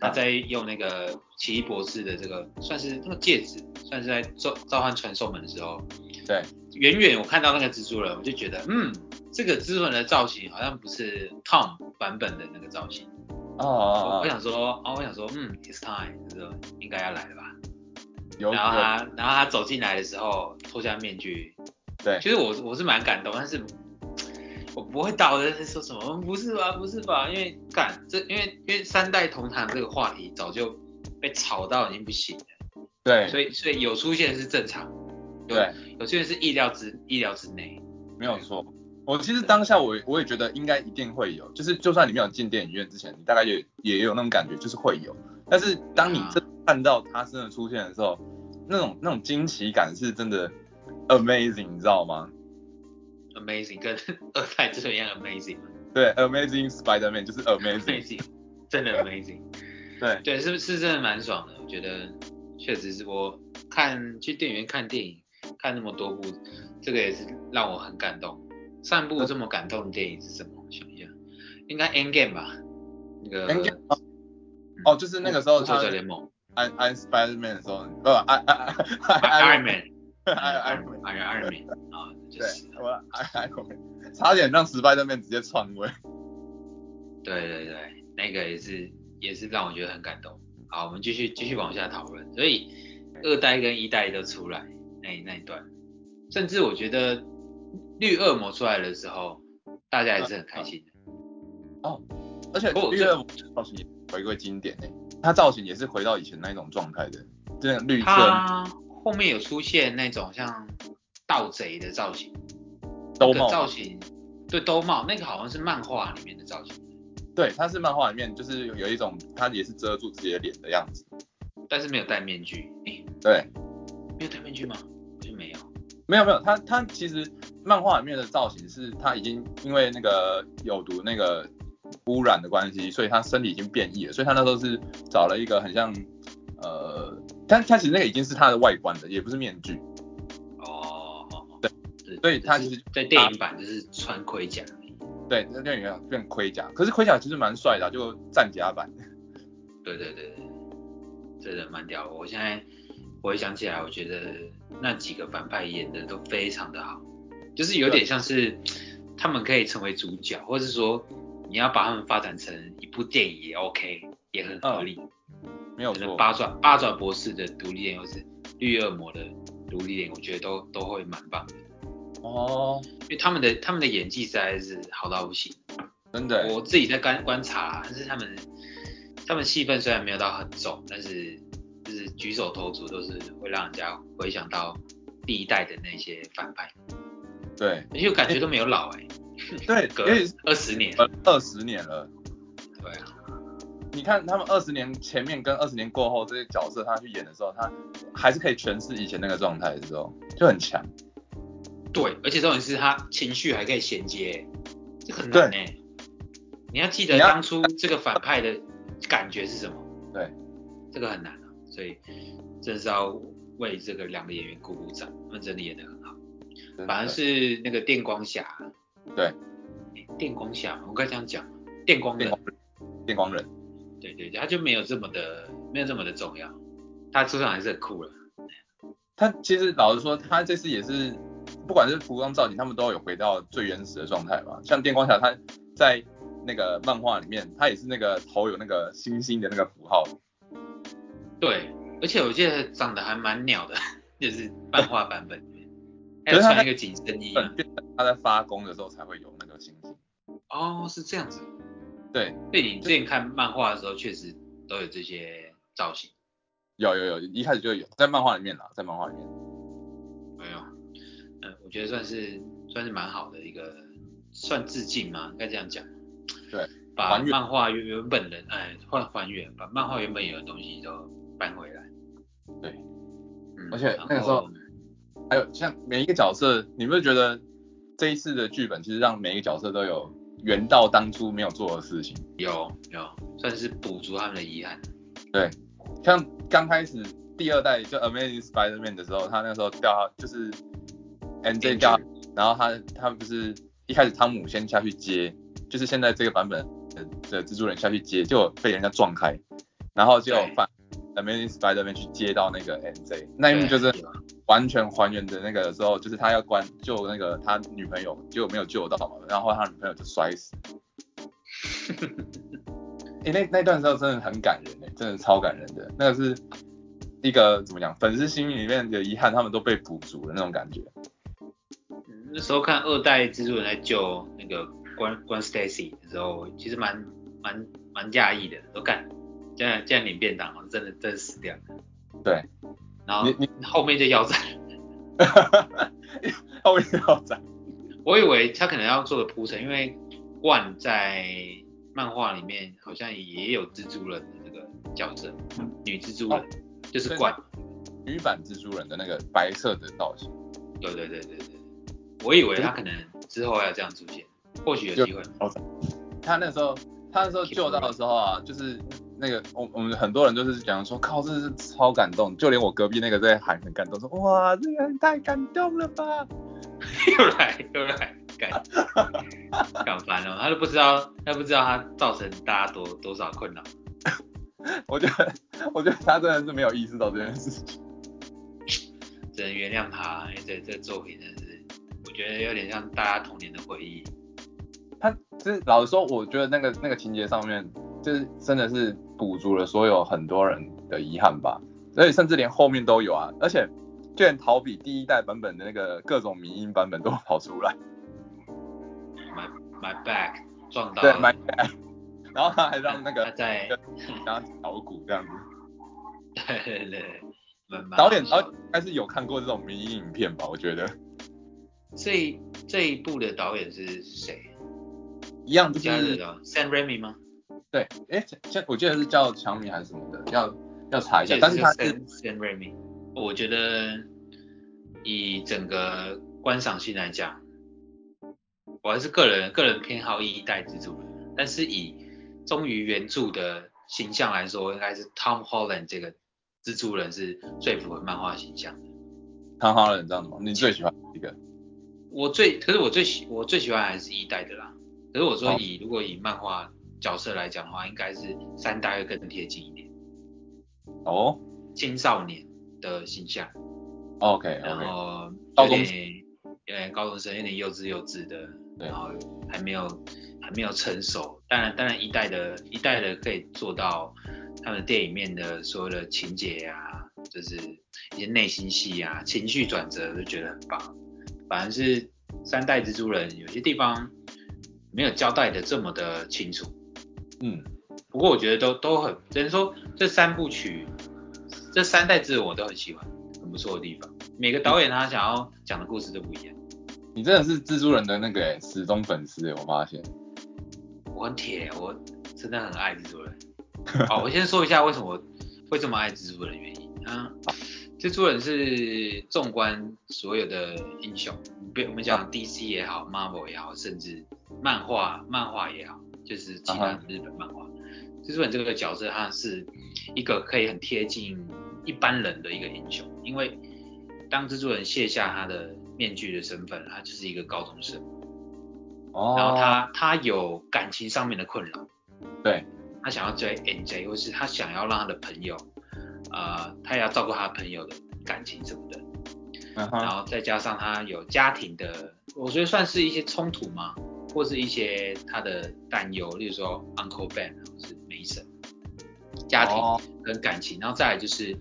S1: 他在用那个奇异博士的这个算是那个戒指，算是在召召唤传送门的时候，
S2: 对，
S1: 远远我看到那个蜘蛛人，我就觉得嗯，这个蜘蛛人的造型好像不是 Tom 版本的那个造型。
S2: 啊啊
S1: 我
S2: 啊！
S1: 想说，哦，我想说，嗯，It's time，就是应该要来了吧。
S2: 有
S1: 然后
S2: 有
S1: 他，然后他走进来的时候脱下面具，
S2: 对
S1: 其实我我是蛮感动，但是我不会倒的说什么嗯不是吧，不是吧，因为干这因为因为三代同堂这个话题早就被炒到已经不行了，
S2: 对
S1: 所以所以有出现是正常，有
S2: 对，
S1: 有出现是意料之意料之内，
S2: 没有错。我其实当下我我也觉得应该一定会有，就是就算你没有进电影院之前，你大概也也有那种感觉，就是会有。但是当你
S1: 啊
S2: 真的看到它真的出现的时候，那种那种惊奇感是真的 amazing，你知道吗？
S1: amazing 跟二代这一样 amazing
S2: 对，Amazing Spider-Man 就是 amazing，
S1: amazing 真的 amazing。
S2: 对
S1: 对，是是真的蛮爽的，我觉得确实是我看去电影院看电影，看那么多部，这个也是让我很感动。上部这么感动的电影是什么？我想一下，应该《End Game》吧，那个
S2: Endgame 哦，就是那个时候
S1: 复仇
S2: 他
S1: 者联盟
S2: 安安 Spider-Man 的时候，呃不安安安
S1: Iron Man，
S2: 安
S1: Man，Iron Iron Man 啊，就
S2: 对
S1: 是，
S2: 我安安 Man，差点让 Spider-Man 直接篡位。
S1: 对对对，那个也是也是让我觉得很感动。好，我们继续继续往下讨论。所以二代跟一代都出来那那一段，甚至我觉得绿恶魔出来的时候，大家也是很开心的。
S2: 而且
S1: 哦
S2: 绿恶魔造型也回归经典呢、欸他造型也是回到以前那一种状态的，这种绿色
S1: 他后面有出现那种像盗贼的造型，
S2: 兜
S1: 那个
S2: 帽
S1: 造，型，对兜帽，那个好像是漫画里面的造型，
S2: 对，他是漫画里面就是有有一种他也是遮住自己的脸的样子，
S1: 但是没有戴面具。诶，
S2: 对，
S1: 没有戴面具吗？好像没有。
S2: 没有没有，他他其实漫画里面的造型是他已经因为那个有毒那个污染的关系，所以他身体已经变异了，所以他那时候是找了一个很像呃，但他其实那个已经是他的外观的，也不是面具，
S1: 哦，哦
S2: 对，
S1: 是
S2: 所以他
S1: 只
S2: 其实
S1: 在电影版就是穿盔甲，
S2: 对，那电影院变盔甲，可是盔甲其实蛮帅的啊、就战甲版，
S1: 对对对对，真的蛮屌的。我现在回想起来，我觉得那几个反派演的都非常的好，就是
S2: 啊
S1: 有点像是他们可以成为主角，或是说你要把他们发展成一部电影也 OK，也很合理。
S2: 嗯没有
S1: 可能
S2: 错。
S1: 八爪八爪博士的独立脸，或是绿恶魔的独立脸，我觉得都都会蛮棒的，
S2: 哦，
S1: 因为他们的他们的演技实在是好到不行。
S2: 真的欸，
S1: 我自己在观观察啦，但是他们他们戏份虽然没有到很重，但是就是举手投足都是会让人家回想到第一代的那些反派，
S2: 对
S1: 而且我感觉都没有老哎、
S2: 对，
S1: 隔
S2: 因为
S1: 二十年，
S2: 呃二十年了，
S1: 对啊，
S2: 你看他们二十年前面跟二十年过后这些角色，他去演的时候，他还是可以诠释以前那个状态的时候，就很强。
S1: 对，而且重点是他情绪还可以衔接、这很难哎、你要记得
S2: 你要
S1: 当初这个反派的感觉是什么，
S2: 对，
S1: 这个很难啊，所以真是要为这个两个演员鼓鼓掌，他们真的演得很好。
S2: 真的
S1: 反而是那个电光侠，
S2: 对
S1: 诶，电光侠，我该这样讲，电光人，
S2: 电光人，电光人，
S1: 对对对，他就没有这么的，没有这么的重要，他出场还是很酷了，
S2: 他其实老实说，他这次也是不管是服装造型，他们都有回到最原始的状态嘛。像电光侠，他在那个漫画里面，他也是那个头有那个星星的那个符号，
S1: 对，而且我记得长得还蛮鸟的， 就是漫画版本 里面，还
S2: 可
S1: 有
S2: 是他
S1: 穿一个紧身衣啊。
S2: 变成他在发功的时候才会有那个星星。
S1: 哦，是这样子。
S2: 对，
S1: 对你之前看漫画的时候，确实都有这些造型。
S2: 有有有，一开始就有，在漫画里面啦，在漫画里面。
S1: 没有，嗯，我觉得算是算是蛮好的一个，算致敬嘛，应该这样讲。
S2: 对，
S1: 把
S2: 还原
S1: 漫画原原本的哎，换还原，把漫画原本有的东西都搬回来。
S2: 对
S1: 嗯，
S2: 而且
S1: 然
S2: 那个时候
S1: 后
S2: 还有像每一个角色，你不是觉得这一次的剧本其实让每一个角色都有圆到当初没有做的事情？
S1: 有有算是补足他们的遗憾。
S2: 像刚开始第二代就 Amazing Spider-Man 的时候，他那时候掉就是 MJ 掉，然后他他不是一开始汤姆先下去接，就是现在这个版本的的蜘蛛人下去接，就被人家撞开，然后就
S1: 对
S2: 反 Amazing Spider-Man 去接到那个 MJ 那一幕就是
S1: 对有
S2: 完全还原的那个时候，就是他要关救那个他女朋友，结果没有救到嘛，然后他女朋友就摔死。 哎、那那段时候真的很感人哎、真的超感人的，那个是一个怎么讲，粉丝心里面的遗憾，他们都被补足了那种感觉。
S1: 嗯那时候看二代蜘蛛人在救那个关关 Stacy 的时候，其实蛮蛮蛮讶异的，都看，竟然竟然领便当，真的真的死掉了。
S2: 对，
S1: 然后
S2: 你你
S1: 后面就腰斩，
S2: 后面要讲，
S1: 我以为他可能要做个铺陈，因为万在漫画里面好像也有蜘蛛人的这个角色，女蜘蛛人、
S2: 哦
S1: 就是冠，
S2: 女版蜘蛛人的那个白色的造型，
S1: 对对对对对，我以为他可能之后要这样出现，或许有机会。
S2: 他那时候他那时候救到的时候啊，就是那个我我们很多人就是讲说，靠，这是超感动，就连我隔壁那个在喊很感动，说哇，这个人太感动了吧。
S1: 又来又来， 干，干烦了，他都不知道，他不知道他造成大家多多少困扰。
S2: 我觉得 我觉得他真的是没有意识到这件事情。
S1: 只能原谅他。哎、这这作品真的是，我觉得有点像大家童年的回忆。
S2: 他就是老实说，我觉得那个那个情节上面，就是真的是补足了所有很多人的遗憾吧。所以甚至连后面都有啊，而且就连逃避第一代版本的那个各种迷音版本都跑出来。
S1: My my back 撞到
S2: 对
S1: 了，
S2: ，My Bad 然后他还让那
S1: 他
S2: 个
S1: 在嗯
S2: 当捣鼓这样子。
S1: 对对对，蛮蛮
S2: 导演
S1: 好
S2: 导
S1: 笑
S2: 演应该是有看过这种迷因影片吧？我觉得
S1: 这一这一部的导演是谁？
S2: 一样就
S1: 加的
S2: 是
S1: 导 Sam Raimi 吗？
S2: 对，哎，这我记得是叫强迷还是什么的，要要查一下
S1: 这。
S2: 但是他是
S1: Sam Sam Raimi，我觉得以整个观赏性来讲，我还是个人个人偏好一代蜘蛛人，但是以忠于原著的形象来说，应该是 Tom Holland 这个蜘蛛人是最符合漫画形象的。
S2: 唐浩人这样子吗？你最喜欢一个？
S1: 我最可是我最喜我最喜欢还是一代的啦。可是我说
S2: 好
S1: 以如果以漫画角色来讲的话，应该是三代会更贴近一点
S2: 哦
S1: 青少年的形象。
S2: ，OK
S1: 然
S2: OK，
S1: 后
S2: 高
S1: 有
S2: 中
S1: 点有点高中生，有点幼稚幼稚的，
S2: 对
S1: 然后还没有还没有成熟。当然，当然一代的一代的可以做到他们电影里面的所有的情节啊，就是一些内心戏啊、情绪转折，就觉得很棒。反而是三代蜘蛛人有些地方没有交代的这么的清楚，
S2: 嗯，
S1: 不过我觉得都都很，只能说这三部曲，这三代之人我都很喜欢，很不错的地方。每个导演他想要讲的故事都不一样，
S2: 你真的是蜘蛛人的那个诶死忠粉丝欸诶，我发现。
S1: 我很铁，我真的很爱蜘蛛人。好，我先说一下为什么我会这么爱蜘蛛人的原因。嗯，蜘蛛人是纵观所有的英雄，别我们讲 DC 也好，Marvel 也好，甚至漫画漫画也好，就是其他
S2: 啊哈
S1: 日本漫画。蜘蛛人这个角色，他是一个可以很贴近一般人的一个英雄，因为当蜘蛛人卸下他的面具的身份，他就是一个高中生。
S2: 哦，
S1: 然后他他有感情上面的困扰，
S2: 对，
S1: 他想要追 NJ，或是他想要让他的朋友，呃，他也要照顾他的朋友的感情什么的，
S2: 嗯
S1: 然
S2: 哼，
S1: 后再加上他有家庭的，我觉得算是一些冲突嘛，或是一些他的担忧，例如说 Uncle Ben 啊或是 Mason，家庭
S2: 哦
S1: 跟感情，然后再来就是，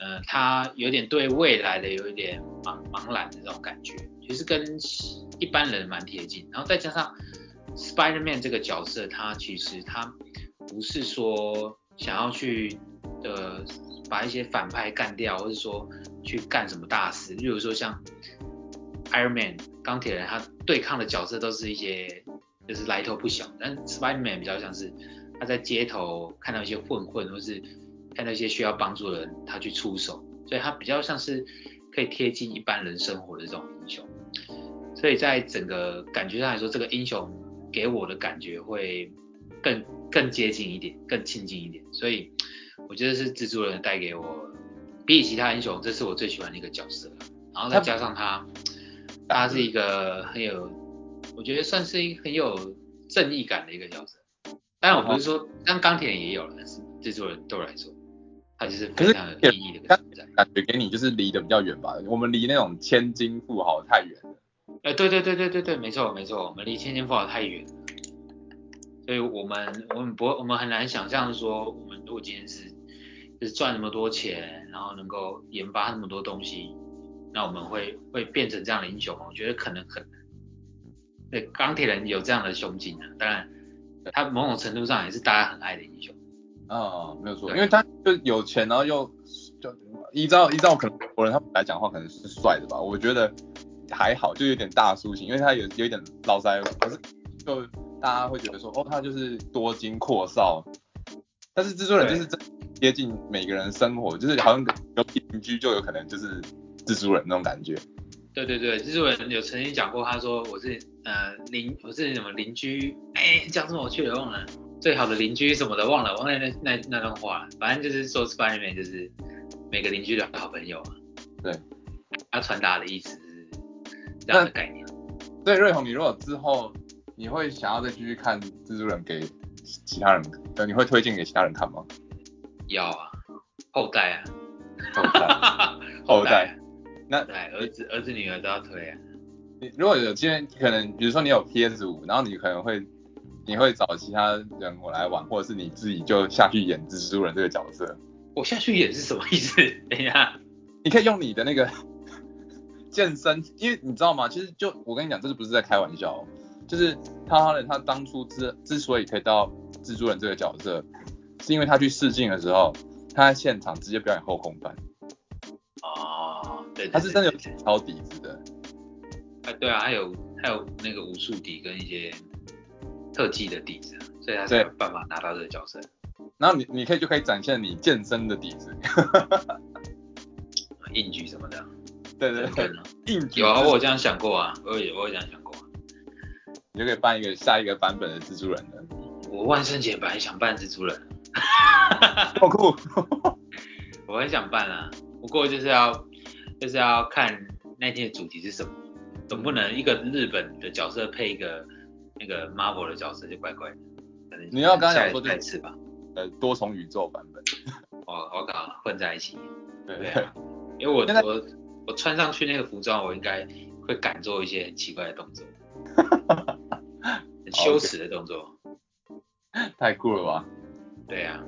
S1: 呃，他有点对未来的有一点茫茫然的这种感觉，其实跟一般人蛮贴近，然后再加上 Spider-Man 这个角色，他其实他不是说想要去呃把一些反派干掉，或是说去干什么大事，例如说像 Iron Man 钢铁人，他对抗的角色都是一些就是来头不小，但 Spider Man 比较像是他在街头看到一些混混，或是看到一些需要帮助的人，他去出手，所以他比较像是可以贴近一般人生活的这种英雄。所以在整个感觉上来说，这个英雄给我的感觉会更更接近一点，更亲近一点。所以我觉得是蜘蛛人带给我，比起其他英雄，这是我最喜欢的一个角色了。然后再加上他，他是一个很有，我觉得算是一个很有正义感的一个角色。当然我不是说，当钢铁人也有了，但是蜘蛛人对我来说，他就是非常有意义的一个存在。
S2: 感觉给你就是离得比较远吧，我们离那种千金富豪太远了。
S1: 哎、对对对对对对，没错没错，我们离千金富豪太远了，所以我们我们不我们很难想象说，我们如果今天是就是赚那么多钱，然后能够研发那么多东西，那我们会会变成这样的英雄吗？我觉得可能很难。对，钢铁人有这样的胸襟啊，当然他某种程度上也是大家很爱的英雄。
S2: 嗯，没有错，
S1: 对
S2: 因为他就有钱，然后又就依照依照可能国人他们来讲的话，可能是帅的吧。我觉得还好，就有点大叔型，因为他有有一点络腮胡，可是就大家会觉得说，哦，他就是多金阔少。但是蜘蛛人就是真的接近每个人生活，就是好像有邻居就有可能就是蜘蛛人那种感觉。
S1: 对对对，蜘蛛人有曾经讲过，他说我是呃邻，我是什么邻居，哎、讲什么我去了忘了，最好的邻居什么的忘了，忘了那那那段话了，反正就是说 Spiderman 就是每个邻居的好朋友啊。
S2: 对，
S1: 他传达的意思是这样的概念。
S2: 所以瑞红，你如果之后你会想要再继续看蜘蛛人给其其他人，呃，你会推荐给其他人看吗？
S1: 要啊，后代
S2: 后 代
S1: 啊，
S2: 后代
S1: 代，
S2: 那
S1: 后代儿子儿子女儿都要推啊。
S2: 你如果有今天可能，比如说你有 PS 五，然后你可能会你会找其他人我来玩，或者是你自己就下去演蜘蛛人这个角色，
S1: 我下去演是什么意思？等一下，
S2: 你可以用你的那个 健身，因为你知道吗？其实就我跟你讲，这是不是在开玩笑、哦？就是他哈人他当初之之所以可以到蜘蛛人这个角色，是因为他去试镜的时候，他在现场直接表演后空翻，
S1: 哦，对对对
S2: 他是真的
S1: 对对
S2: 有敲底子的。
S1: 啊，对啊，还有还有那个武术底跟一些特技的底子啊，所以他才
S2: 对
S1: 有办法拿到这个角色。
S2: 然后你你可以就可以展现你健身的底子。
S1: 硬举什么的啊，
S2: 对对
S1: 对
S2: 对，
S1: 啊
S2: 硬举
S1: 有啊，
S2: 就是
S1: 我有这样想过啊，我有我有这样想过啊、
S2: 你就可以办一个下一个版本的蜘蛛人了，
S1: 我万圣节本来想扮蜘蛛人，
S2: 好酷！
S1: 我很想办啊，不过就是要就是要看那天的主题是什么，总不能一个日本的角色配一个那个 Marvel 的角色就怪怪的。可能
S2: 你要跟他讲说
S1: 下一
S2: 就
S1: 次吧，
S2: 呃，多重宇宙版本，
S1: 我我搞混在一起。
S2: 对
S1: 对啊， 因为我
S2: 现在
S1: 我我穿上去那个服装，我应该会敢做一些很奇怪的动作，很羞耻的动作。
S2: 太酷了吧！
S1: 对啊，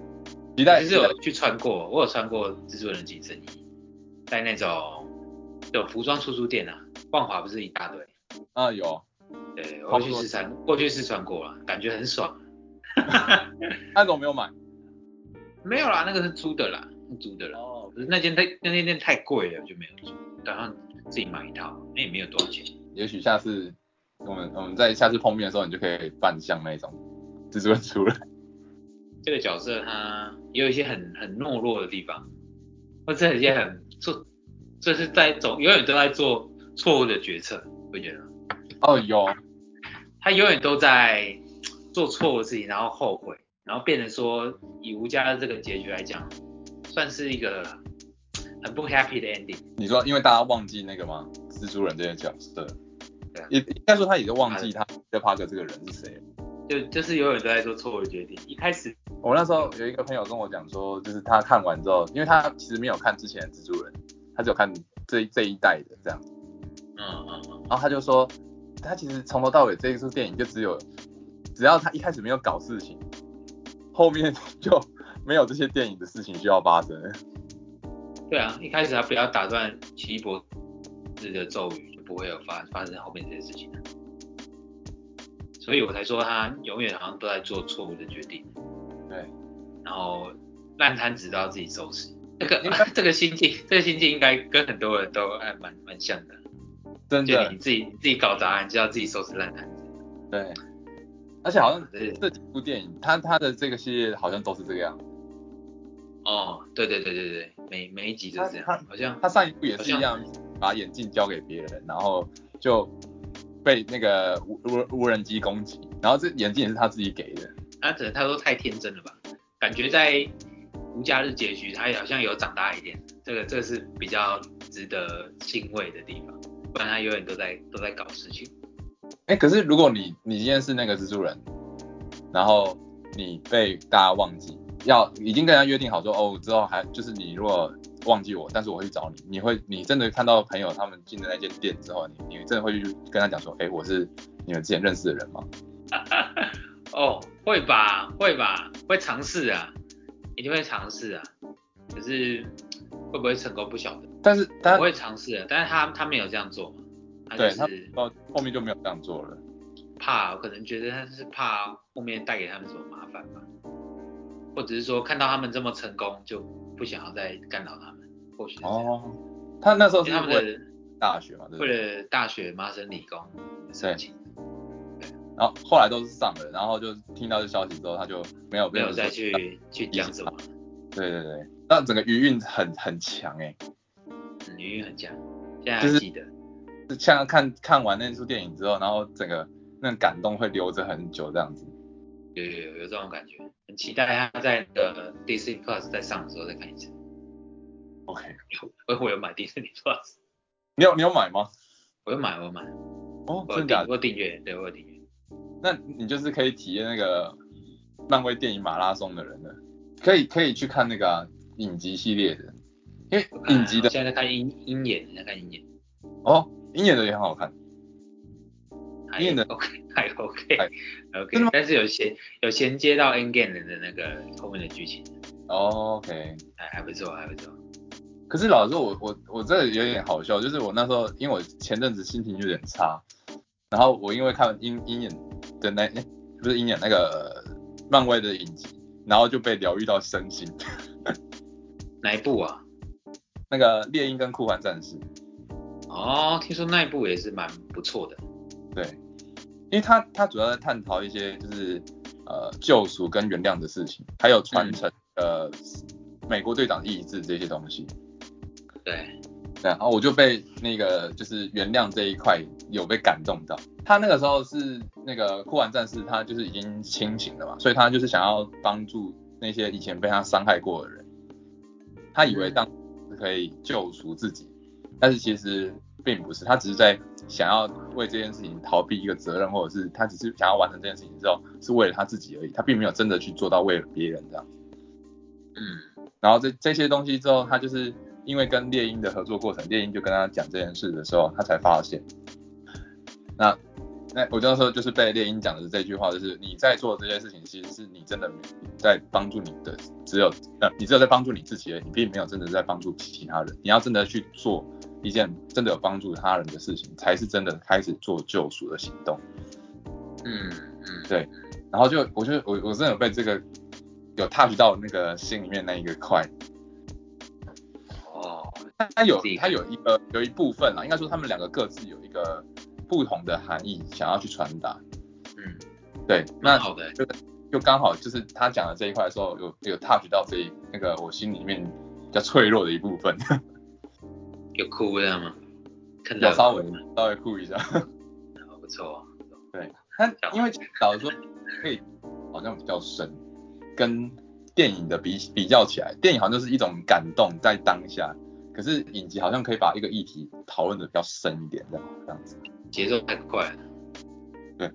S2: 期待
S1: 其实有去穿过，我有穿过蜘蛛人的紧身衣，在那种有服装出租店啊，万华不是一大堆，
S2: 啊、有，
S1: 对
S2: 好
S1: 我去
S2: 多
S1: 试穿，过去试穿过啊，感觉很爽。
S2: 那种没有买
S1: 没有啦，那个是租的啦，是租的啦。
S2: 哦，
S1: 可是那间太那间店太贵了，我就没有租，打算自己买一套，那也没有多少钱。
S2: 也许下次我们我们在下次碰面的时候，你就可以扮像那种蜘蛛人出来。
S1: 这个角色他也有一些很很懦弱的地方，或者一些很做，就是在总永远都在做错误的决策，我觉得
S2: 哦，有，
S1: 他永远都在做错误的事情，然后后悔，然后变成说以吴家的这个结局来讲，算是一个很不 happy 的 ending。
S2: 你说因为大家忘记那个吗？蜘蛛人这个角色
S1: 对啊，
S2: 也应该说他也就忘记他 p 帕克这个人是谁了。
S1: 就就是永远都在做错误的决定。一开始
S2: 我那时候有一个朋友跟我讲说，就是他看完之后，因为他其实没有看之前的蜘蛛人，他只有看这这一代的这样。
S1: 嗯嗯嗯，
S2: 然后他就说，他其实从头到尾这一部电影就只有，只要他一开始没有搞事情，后面就没有这些电影的事情需要发生。
S1: 对啊，一开始他不要打断奇异博士的咒语，就不会有发发生后面这些事情啊所以我才说他永远好像都在做错误的决定，
S2: 对，
S1: 然后烂摊子都要自己收拾。这个
S2: 应该
S1: 这个心境，这个心境应该跟很多人都还蛮蛮像的，
S2: 真
S1: 就
S2: 的
S1: 你自己自己搞砸案，你就要自己收拾烂摊子。
S2: 对。而且好像
S1: 对
S2: 这几部电影，他他的这个系列好像都是这个样。
S1: 哦，对对对对对，每每一集都是这样，
S2: 他
S1: 好像
S2: 他上一部也是一样，把眼镜交给别人，然后就被那个无无无人机攻击，然后这眼镜也是他自己给的。
S1: 他可能他都太天真了吧，感觉在无假日结局，他好像有长大一点，这个这是比较值得欣慰的地方，不然他永远都在都在搞事情。
S2: 哎、可是如果你你今天是那个蜘蛛人，然后你被大家忘记，要已经跟人家约定好说，哦，之后还就是你如果忘记我，但是我会去找你，你会你真的看到朋友他们进的那间店之后，你你真的会去跟他讲说，哎、我是你们之前认识的人吗？
S1: 哦，会吧，会吧，会尝试啊，一定会尝试啊，可是会不会成功不晓得，
S2: 但是他
S1: 我会尝试啊，但是他他没有这样做嘛，他就
S2: 对他
S1: 是
S2: 到后面就没有这样做了。
S1: 怕，可能觉得他是怕后面带给他们什么麻烦吧，或者是说看到他们这么成功，就不想要再干扰他们，或许是这样。
S2: 哦，他那时候
S1: 因为
S2: 是
S1: 他们
S2: 为
S1: 的
S2: 大学嘛，对不对？
S1: 为了大学麻省理工申请，
S2: 然后后来都是上了，然后就听到这消息之后，他就没有
S1: 没有
S2: 人
S1: 再
S2: 说
S1: 去去讲什么，
S2: 对对对，那整个余韵很很强哎、
S1: 嗯，语音很强，现在
S2: 就
S1: 还
S2: 是
S1: 记得。
S2: 就像看看完那出电影之后，然后整个那种感动会留着很久这样子。
S1: 有有有有这种感觉，很期待他在呃 Disney Plus 在上的时候再看一次。
S2: OK，
S1: 我我有买 Disney Plus，
S2: 你有你有买吗？
S1: 我有买我有买，
S2: 哦，
S1: 我
S2: 真
S1: 有订
S2: 的假的？
S1: 我有订阅，对我有订阅。
S2: 那你就是可以体验那个漫威电影马拉松的人了，可以可以去看那个啊、影集系列的，因为
S1: 我看
S2: 影集
S1: 我
S2: 的
S1: 现在在看鹰鹰眼，在看鹰眼，
S2: 哦，鹰眼的也很好看，
S1: 还
S2: 鹰眼的
S1: OK 还 OK
S2: 哎
S1: 还 OK，
S2: 真的吗
S1: 但是有衔有衔接到 End Game 的那个后面的剧情，
S2: 哦 OK。
S1: 还还不错还不错。
S2: 可是老实说，我我我真的有点好笑，就是我那时候因为我前阵子心情有点差，然后我因为看鹰鹰眼的那 诶不是鹰眼那个呃漫威的影集，然后就被疗愈到身心。
S1: 哪一部啊？
S2: 那个猎鹰跟酷寒战士，
S1: 哦，听说那一部也是蛮不错的。
S2: 对，因为他他主要在探讨一些就是呃救赎跟原谅的事情，还有传承、呃美国队长意志这些东西。
S1: 对，
S2: 对，然后我就被那个就是原谅这一块有被感动到。他那个时候是那个酷玩战士，他就是已经清醒了嘛，所以他就是想要帮助那些以前被他伤害过的人。他以为这样是可以救赎自己，但是其实并不是，他只是在想要为这件事情逃避一个责任，或者是他只是想要完成这件事情之后是为了他自己而已，他并没有真的去做到为了别人这样。
S1: 嗯，
S2: 然后这这些东西之后，他就是因为跟猎鹰的合作过程，猎鹰就跟他讲这件事的时候，他才发现。那那我就那时候就是被猎鹰讲的这句话，就是你在做这些事情，其实是你真的没在帮助你的，只有呃你只有在帮助你自己而已，你并没有真的在帮助其他人。你要真的去做一件真的有帮助他人的事情，才是真的开始做救赎的行动。
S1: 嗯嗯，
S2: 对然后就我就我我真的有被这个有 touch 到那个心里面那一个块，
S1: 哦，
S2: 它有
S1: 自己看
S2: 它有一个有一部分啦，应该说他们两个各自有一个不同的含义想要去传达。
S1: 嗯，
S2: 对，
S1: 蛮
S2: 那
S1: 好的。
S2: 就刚好就是他讲的这一块的时候，有有 touch 到这一那个我心里面比较脆弱的一部分，
S1: 有哭这样吗？看到
S2: 要
S1: 有
S2: 稍微
S1: 哭吗
S2: 稍微酷一下。
S1: 好不错哦，
S2: 他因为老实说，可以好像比较深，跟电影的比比较起来，电影好像就是一种感动在当下，可是影集好像可以把一个议题讨论的比较深一点，这样这样子。
S1: 节奏太快了。
S2: 对，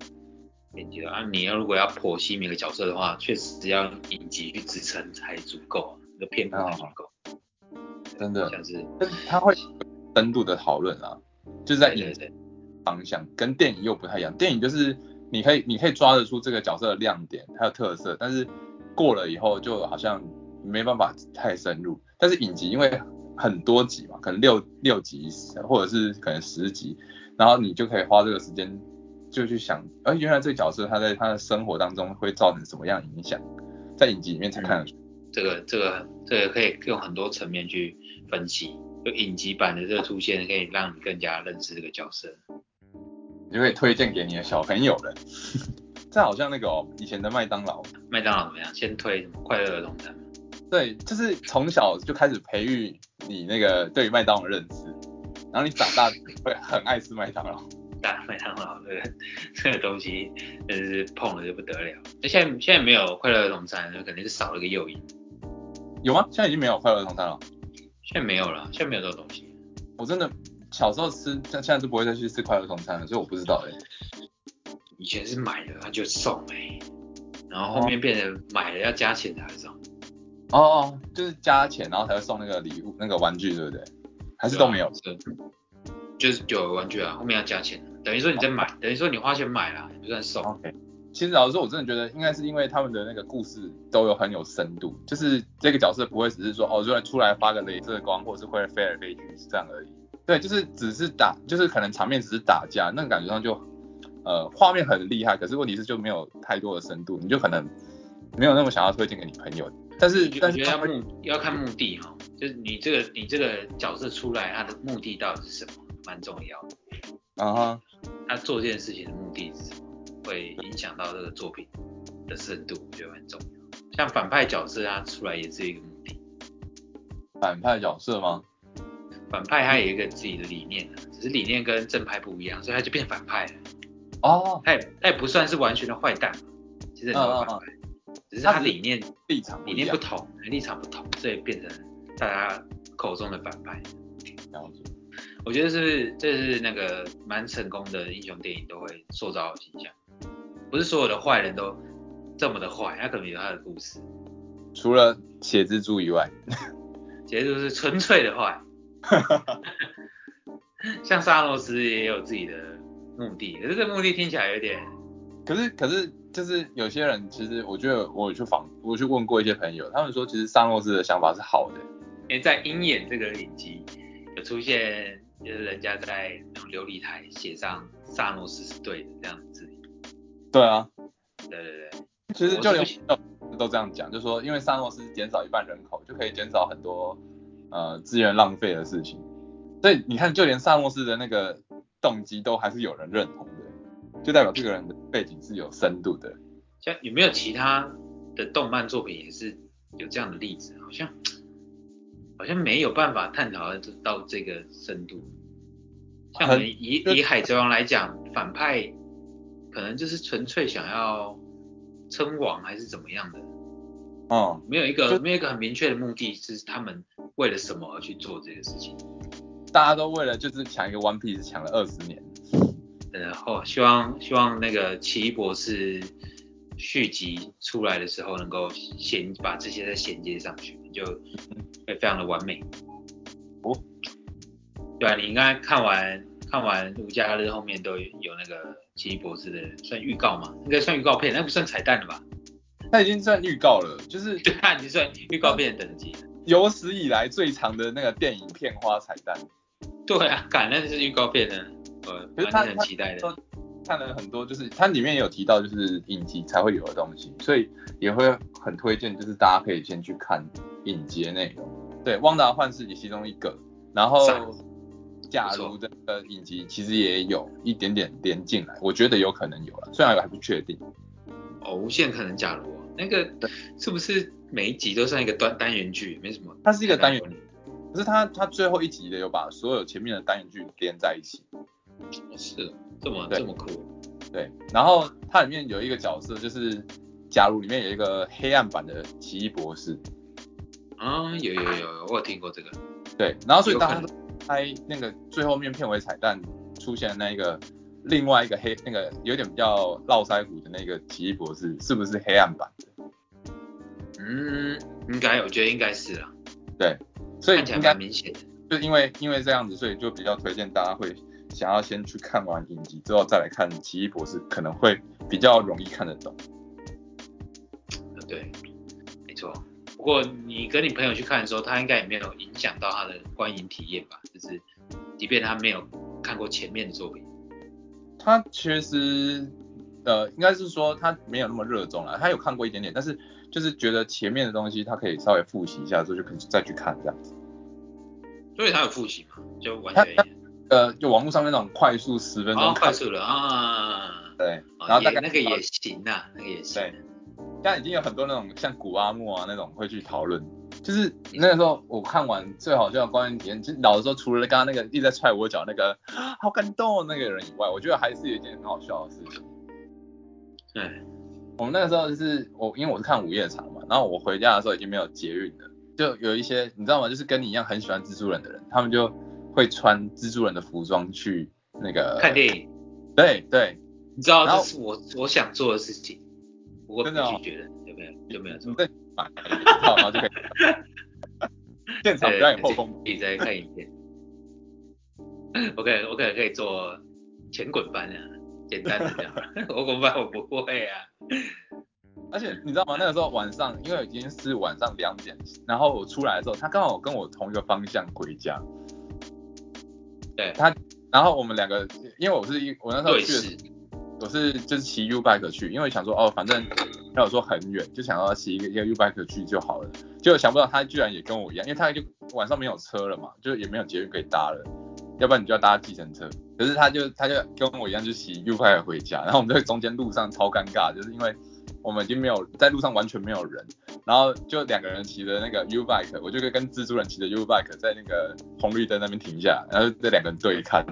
S1: 影集啊，你要如果要剖析每个角色的话，确实要影集去支撑才足够啊，那个片幅才足够。
S2: 哦真的
S1: 像是
S2: 但是他会深度的讨论啊，就是在
S1: 对
S2: 影
S1: 对对，
S2: 方向跟电影又不太一样。电影就是你可以你可以抓得出这个角色的亮点还有特色，但是过了以后就好像没办法太深入。但是影集因为很多集嘛，可能六六集或者是可能十集，然后你就可以花这个时间就去想，哎、原来这个角色他在他的生活当中会造成什么样的影响，在影集里面才看得出。
S1: 这个这个这个可以用很多层面去分析。就影集版的这个出现，可以让你更加认识这个角色。
S2: 你就可以推荐给你的小朋友 了。这好像那个、哦、以前的麦当劳，
S1: 麦当劳怎么样？先推什么快乐儿童餐？
S2: 对，就是从小就开始培育你那个对于麦当劳的认知，然后你长大会很爱吃麦当劳。
S1: 大麦当劳这个这个东西真是碰了就不得了。那现在现在没有快乐儿童餐，那肯定是少了一个诱因。
S2: 有吗？现在已经没有快乐儿童餐了。
S1: 现在没有了，现在没有这个东西。
S2: 我真的小时候吃，现现在是不会再去吃快乐儿童餐了，所以我不知道哎、
S1: 以前是买了他就送哎、然后后面变成买了要加钱才会送，
S2: 哦哦，就是加钱然后才会送那个礼物那个玩具，对不对？还是都没有？
S1: 对啊？是就是有玩具啊，后面要加钱，等于说你在买，等于说你花钱买啦，也不算送。
S2: OK，其实老实说，我真的觉得应该是因为他们的那个故事都有很有深度，就是这个角色不会只是说哦，就来出来发个镭射光，或者是会飞来飞去是这样而已。对，就是只是打，就是可能场面只是打架，那个感觉上就呃画面很厉害，可是问题是就没有太多的深度，你就可能没有那么想要推荐给你朋友。但是
S1: 我
S2: 但
S1: 觉得
S2: 是他
S1: 要
S2: 们
S1: 目要看目的哈、就是你这个你这个角色出来，他的目的到底是什么，蛮重要的。
S2: 啊哈
S1: 他做这件事情的目的是什么，会影响到这个作品的深度，我觉得蛮重要。像反派角色他出来也是一个目的，
S2: 反派角色吗？
S1: 反派他有一个自己的理念啊，只是理念跟正派不一样，所以他就变反派了。
S2: 哦，
S1: 他也他也不算是完全的坏蛋嘛，其实很多反派，
S2: 哦
S1: 只是他理念
S2: 立场不
S1: 理
S2: 一
S1: 念不
S2: 样，
S1: 同，立场不同，所以变成大家口中的反派。
S2: 了解
S1: 我觉得是这是那个蛮成功的英雄电影都会塑造的形象，不是所有的坏人都这么的坏，他可能有他的故事，
S2: 除了血蜘蛛以外，
S1: 结束是纯粹的坏。 像沙罗斯也有自己的目的，可是这目的听起来有点
S2: 可是可是就是有些人，其实我觉得我去访，我去问过一些朋友，他们说其实沙诺斯的想法是好的，
S1: 因为在《鹰眼》这个影集有出现，就是人家在那种琉璃台写上萨诺斯是对的这样子。
S2: 对啊，
S1: 对对对，
S2: 其实就
S1: 我
S2: 连
S1: 是
S2: 都这样讲，就说因为沙诺斯减少一半人口，就可以减少很多呃资源浪费的事情，所以你看，就连沙诺斯的那个动机都还是有人认同的，就代表这个人的背景是有深度的。
S1: 像有没有其他的动漫作品也是有这样的例子？好像好像没有办法探讨到到这个深度。像我们以
S2: 很
S1: 以海贼王来讲，反派可能就是纯粹想要称王还是怎么样的，
S2: 嗯，
S1: 没有一
S2: 就
S1: 个没有一个很明确的目的，是他们为了什么而去做这个事情。
S2: 大家都为了就是抢一个 One Piece 抢了二十年，
S1: 然呃后希望希望那个奇异博士续集出来的时候，能够衔把这些再衔接上去，就会非常的完美。
S2: 哦，
S1: 对啊，你应该看完看完《无家日》后面都有那个奇异博士的算预告嘛？应该算预告片，那不算彩蛋了吧？
S2: 那已经算预告了，就是
S1: 对啊，你算预告片的等级。
S2: 有史以来最长的那个电影片花彩蛋。
S1: 对啊，感那是预告片呢，呃，
S2: 可是
S1: 蛮
S2: 他
S1: 很期待的。
S2: 看了很多，就是它里面也有提到，就是影集才会有的东西，所以也会很推荐，就是大家可以先去看影集的内容。对，《旺达幻视》也其中一个，然后
S1: 是啊
S2: 假如这个影集其实也有一点点连进来，我觉得有可能有了，虽然我还不确定。
S1: 哦，无限可能假如哦那个
S2: 对
S1: 是不是每一集都算一个单单元剧，没什么？
S2: 它是一个单元，可是它它最后一集的有把所有前面的单元剧连在一起。
S1: 哦是哦这么
S2: 对
S1: 这么酷，
S2: 对，然后它里面有一个角色就是。假如里面有一个黑暗版的奇异博士，
S1: 啊，有有有有，我有听过这个，
S2: 对，然后所以
S1: 有可
S2: 大家
S1: 能
S2: 都猜那个最后面片尾彩蛋出现的那一个另外一个黑那个有点比较络腮胡的那个奇异博士是不是黑暗版的？
S1: 嗯，应该我觉得应该是啦，
S2: 对，所以
S1: 看起来
S2: 应该
S1: 蛮明显的，
S2: 就因为因为这样子，所以就比较推荐大家会想要先去看完影集之后再来看《奇异博士》，可能会比较容易看得懂。
S1: 对，没错。不过你跟你朋友去看的时候，他应该也没有影响到他的观影体验吧？就是，即便他没有看过前面的作品，
S2: 他其实呃，应该是说他没有那么热衷了，他有看过一点点，但是就是觉得前面的东西他可以稍微复习一下之后，就可以再去看这样子。
S1: 所以他有复习嘛，就完全
S2: 他呃，就网络上面那种快速十分
S1: 哦
S2: 钟，
S1: 快
S2: 看，
S1: 速了啊，
S2: 对，
S1: 哦
S2: 然后
S1: 也
S2: 大概
S1: 那个也行呐、那个也行。
S2: 对现在已经有很多那种像古阿莫啊那种会去讨论，就是那个时候我看完最好笑的观影体验，就是老实说，除了刚刚那个一直在踹我脚那个 啊好感动哦那个人以外，我觉得还是有一件很好笑的事情。
S1: 对，
S2: 我们那个时候就是我，因为我是看午夜场嘛，然后我回家的时候已经没有捷运了，就有一些你知道吗？就是跟你一样很喜欢蜘蛛人的人，他们就会穿蜘蛛人的服装去那个
S1: 看电影，
S2: 对对，
S1: 你知道
S2: 然
S1: 这
S2: 后
S1: 是我我想做的事情，不过被
S2: 真的哦
S1: 拒绝了，有没有？有没有
S2: 你
S1: 做？
S2: 再买票然后就可以现场表演 后宫。
S1: 自己再看影片。我可能我可能可以做前滚翻啊，简单的这样。 我滚翻我不会啊。
S2: 而且你知道吗？那个时候晚上，因为已经是晚上两点，然后我出来的时候，他刚好跟我同一个方向回家。
S1: 对
S2: 他，然后我们两个，因为我是一，我那时候
S1: 对
S2: 去的时
S1: 视
S2: 候，我是就是骑 U bike 去，因为想说哦，反正要我说很远，就想要骑一个一个 U bike 去就好了。结果想不到他居然也跟我一样，因为他就晚上没有车了嘛，就也没有捷运可以搭了，要不然你就要搭计程车。可是他就他就跟我一样，就骑 U bike 回家，然后我们在中间路上超尴尬，就是因为我们已经没有在路上完全没有人，然后就两个人骑着那个 U bike，我就跟蜘蛛人骑着 U bike 在那个红绿灯那边停下，然后这两个人对看，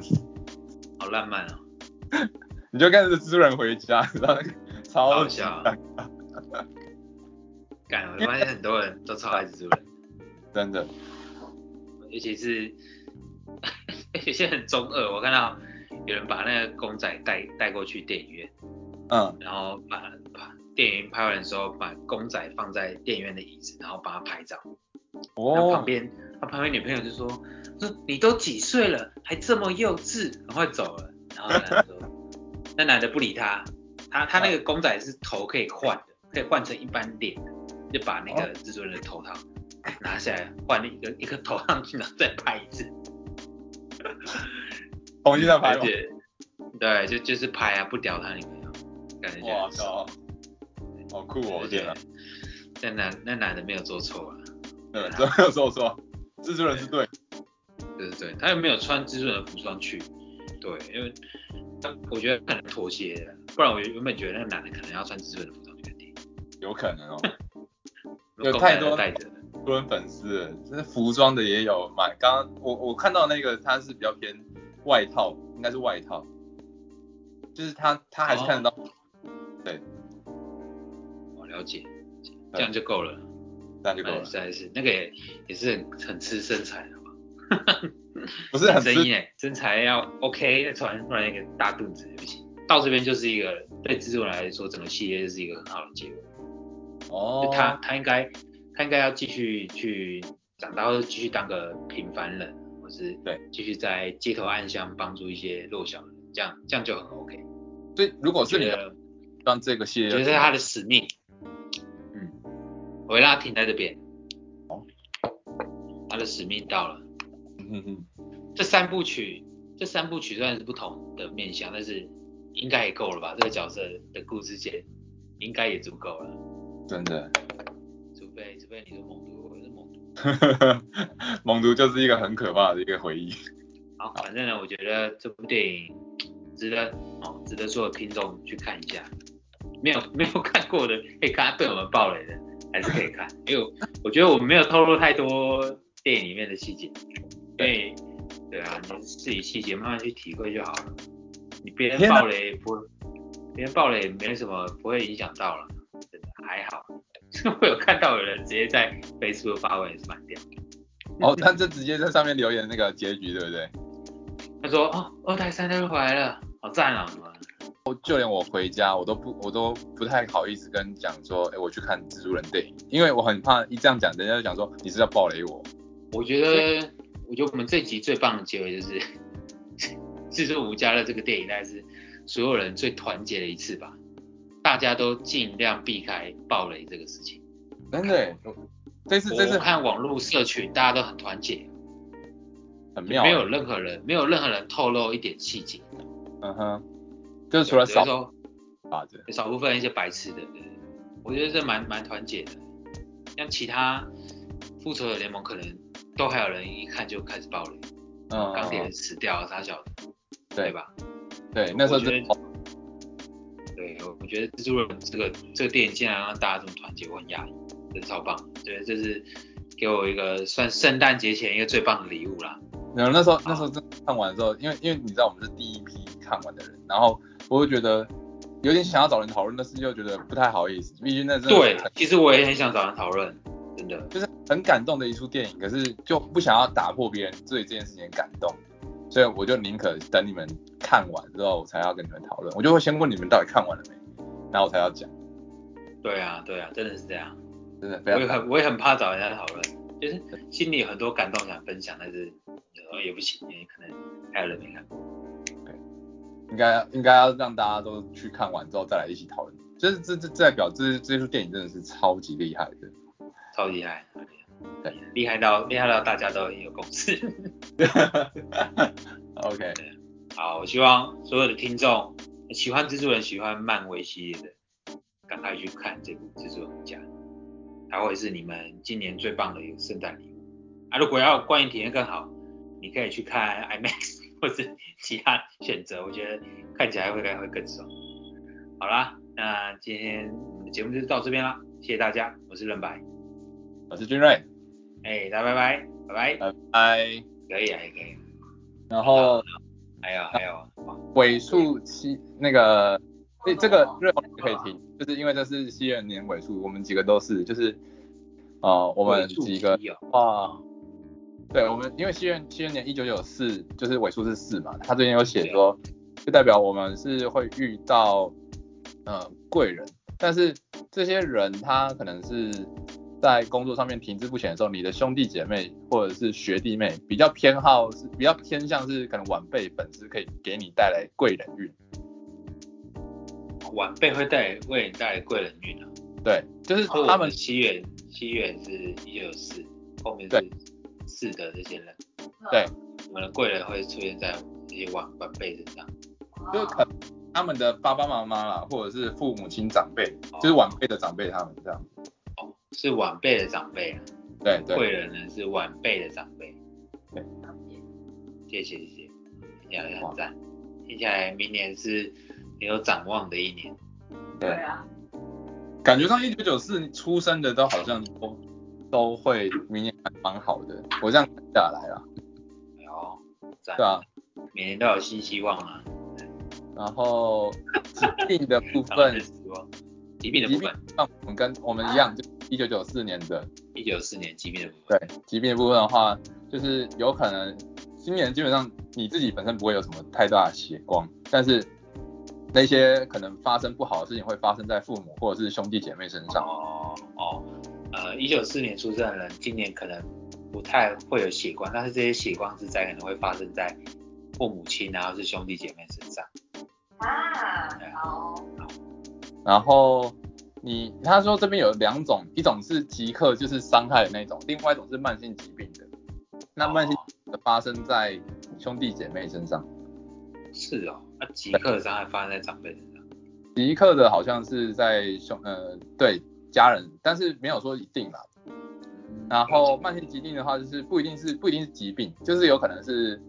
S1: 好浪漫哦，
S2: 你就看着蜘蛛人回家，然后超
S1: 好好笑啊！ 干，我发现很多人都超爱蜘蛛人，
S2: 真的，
S1: 尤其是有些很中二。我看到有人把那个公仔带带过去电影院，
S2: 嗯，
S1: 然后把把电影拍完的时候，把公仔放在电影院的椅子，然后帮他拍照。他旁
S2: 哦，
S1: 边他旁边女朋友就说：“说你都几岁了，还这么幼稚，赶快走了。”然后那男的说：“ 那男的不理他，他他
S2: 哦
S1: 那个公仔是头可以换的，可以换成一般脸的，就把那
S2: 哦
S1: 个制作人的头套拿下来换了一个一个头上去，然后再拍一次，
S2: 重新再拍
S1: 而
S2: 吧，
S1: 且对，就就是拍啊，不屌他女朋友，感觉就
S2: 哇
S1: 很爽
S2: 靠，好酷哦，天哪，！
S1: 那男那男的没有做错啊，
S2: 对，真的说说，蜘蛛人是对，
S1: 对对对，他又没有穿蜘蛛人的服装去，对，因为他我觉得可能妥协了，不然我原本觉得那个男的可能要穿蜘蛛人的服装去看电影，
S2: 有可能哦。
S1: 如果
S2: 太
S1: 公仔都
S2: 多
S1: 带着的，
S2: 很多人粉丝了，就是服装的也有买。刚刚我我看到那个他是比较偏外套，应该是外套，就是他他还是看
S1: 哦
S2: 得到。
S1: 我哦了解，这样就够了，
S2: 那嗯就够
S1: 哎
S2: 了
S1: 实，在是那个也也是很很吃身材哦的嘛，
S2: 不是很
S1: 生
S2: 吃
S1: 意哎，身材要 OK，再穿不然一个大肚子也不行。到这边就是一个对蜘蛛人来说，整个系列就是一个很好的结尾。
S2: 哦
S1: 就他他应该他应该要继续去长大后继续当个平凡人，或是
S2: 对
S1: 继续在街头暗巷帮助一些弱小人，这样这样就很 OK。
S2: 所以如果
S1: 我觉
S2: 是你
S1: 得
S2: 让这个系
S1: 我
S2: 列，
S1: 觉得是他的使命，嗯，我会让他停在这边。
S2: 好
S1: 他的使命到了，
S2: 嗯嗯
S1: 这三部曲这三部曲虽然是不同的面向，但是应该也够了吧？这个角色的故事线应该也足够了，
S2: 嗯，真的，
S1: 除非除非你是猛毒，我是猛毒。
S2: 猛毒就是一个很可怕的一个回忆。
S1: 好，反正呢，我觉得这部电影值得哦，值得所有听众去看一下。没有没有看过的，可以看被我们爆雷的，还是可以看，因为我我觉得我们没有透露太多电影里面的细节，因为对啊，你自己细节慢慢去体会就好了。你别人
S2: 天哪
S1: 爆雷也不会，别人爆雷也没什么，不会影响到了，真的还好。 我有看到有人直接在 Facebook 发文也是蛮屌的，
S2: 哦，他就直接在上面留言那个结局，对不对？
S1: 他说哦，二代三代都回来了，好赞啊！
S2: 我哦就连我回家，我都不我都不太好意思跟你讲说，哎、我去看蜘蛛人电影，因为我很怕一这样讲，人家就讲说你是要暴雷我。
S1: 我觉得，我觉得我们这集最棒的结尾就是制作《无家乐》这个电影，大概是所有人最团结的一次吧。大家都尽量避开暴雷这个事情。
S2: 真的耶，我这次
S1: 我
S2: 这次
S1: 我看网络社群，大家都很团结，
S2: 很妙，
S1: 没有任何人没有任何人透露一点细节，
S2: 嗯哼，就是除了
S1: 对只
S2: 扫
S1: 是说
S2: 把子，
S1: 少部分一些白痴的，对我觉得这蛮蛮团结的。像其他复仇者联盟可能都还有人一看就开始爆雷，
S2: 嗯，
S1: 钢铁人死掉啥小的，对
S2: 对
S1: 吧？
S2: 对，那时候
S1: 我觉
S2: 真
S1: 得对，我我觉得蜘蛛人这个这个电影竟然让大家这么团结，我很讶异，真的超棒。对，这是给我一个算圣诞节前一个最棒的礼物啦。
S2: 然后那时候那时候真的看完之后，因为因为你知道我们是第一批看完的人，然后我就觉得有点想要找人讨论，但是又觉得不太好意思，毕竟那真的
S1: 对
S2: 是很，
S1: 其实我也很想找人讨论，真的。
S2: 就是很感动的一出电影，可是就不想要打破别人对这件事情的感动，所以我就宁可等你们看完之后我才要跟你们讨论，我就会先问你们到底看完了没，然后我才要讲，
S1: 对啊，对啊，真的是这样。
S2: 真的非
S1: 我也
S2: 常
S1: 很我也很怕找人家讨论，就是心里有很多感动想分享，但是有时候也不行，因为可能还有人没看过。
S2: 应该应该要让大家都去看完之后再来一起讨论，就是这这这代表这这出电影真的是超级厉害的。
S1: 超厉害，超厉害
S2: 对，
S1: 厉害到厉害到大家都很有共识。
S2: OK，
S1: 好，我希望所有的听众呃喜欢蜘蛛人、喜欢漫威系列的，赶快去看这部《蜘蛛人家》，它会是你们今年最棒的一个圣诞礼物。啊，如果要观影体验更好，你可以去看 IMAX 或是其他选择，我觉得看起来会会更爽。好啦，那今天我们的节目就到这边啦，谢谢大家，我是任白，
S2: 我是君瑞，
S1: 哎，大家拜拜，拜拜，
S2: 拜拜。
S1: 可以啊，也可以。
S2: 然后
S1: 还有还有，哇
S2: 尾数七那个这这个瑞红可以听，就是因为这是西元年尾数，我们几个都是就是呃我们几个
S1: 有哦
S2: 哇，哦对我们因为西元西元年一九九四就是尾数是四嘛，他最近有写说就代表我们是会遇到呃贵人，但是这些人他可能是在工作上面停滞不前的时候，你的兄弟姐妹或者是学弟妹比较偏好是比较偏向是可能晚辈粉丝可以给你带来贵人运，
S1: 晚辈会带为你带来贵人哦运啊。
S2: 对，就是
S1: 所以
S2: 他
S1: 我们
S2: 们
S1: 西元西元是一二四，后面是
S2: 对
S1: 四的这些人，
S2: 对，
S1: 我们的贵人会出现在这些晚晚辈身上。
S3: 哦
S2: 就是可能他们的爸爸妈妈啦，或者是父母亲长辈，就是晚辈的长辈他们这样，
S1: 哦，是晚辈的长辈啊，
S2: 对对。
S1: 贵人呢是晚辈的长辈。
S2: 对，
S1: 谢谢谢谢，听起来很赞，听起来明年是很有展望的一年。
S3: 对啊，
S2: 感觉上一九九四出生的都好像都都会明年还蛮好的，我这样看下来啦，
S1: 哎呦，赞，
S2: 对啊。
S1: 每年都有新希望啊，
S2: 然后疾病的部
S1: 当然
S2: 分
S1: 是，希望。疾病的部分，
S2: 像我们跟我们一样，就一九九四年的，
S1: 一九四年疾病的部分
S2: 对，疾病的部分的话，就是有可能今年基本上你自己本身不会有什么太大的血光，但是那些可能发生不好的事情会发生在父母或者是兄弟姐妹身上。
S1: 哦哦，呃，一九四年出生的人，今年可能不太会有血光，但是这些血光之灾可能会发生在父母亲啊，或是兄弟姐妹身上。
S3: 啊，好，
S2: 然后你他说这边有两种，一种是即刻就是伤害的那种，另外一种是慢性疾病的。那慢性
S1: 哦
S2: 疾病的发生在兄弟姐妹身上，
S1: 是哦，那即刻的伤害发生在长辈身上。
S2: 即刻的好像是在兄呃对家人，但是没有说一定啦。然后慢性疾病的话，就是不一定是不一定是疾病，就是有可能是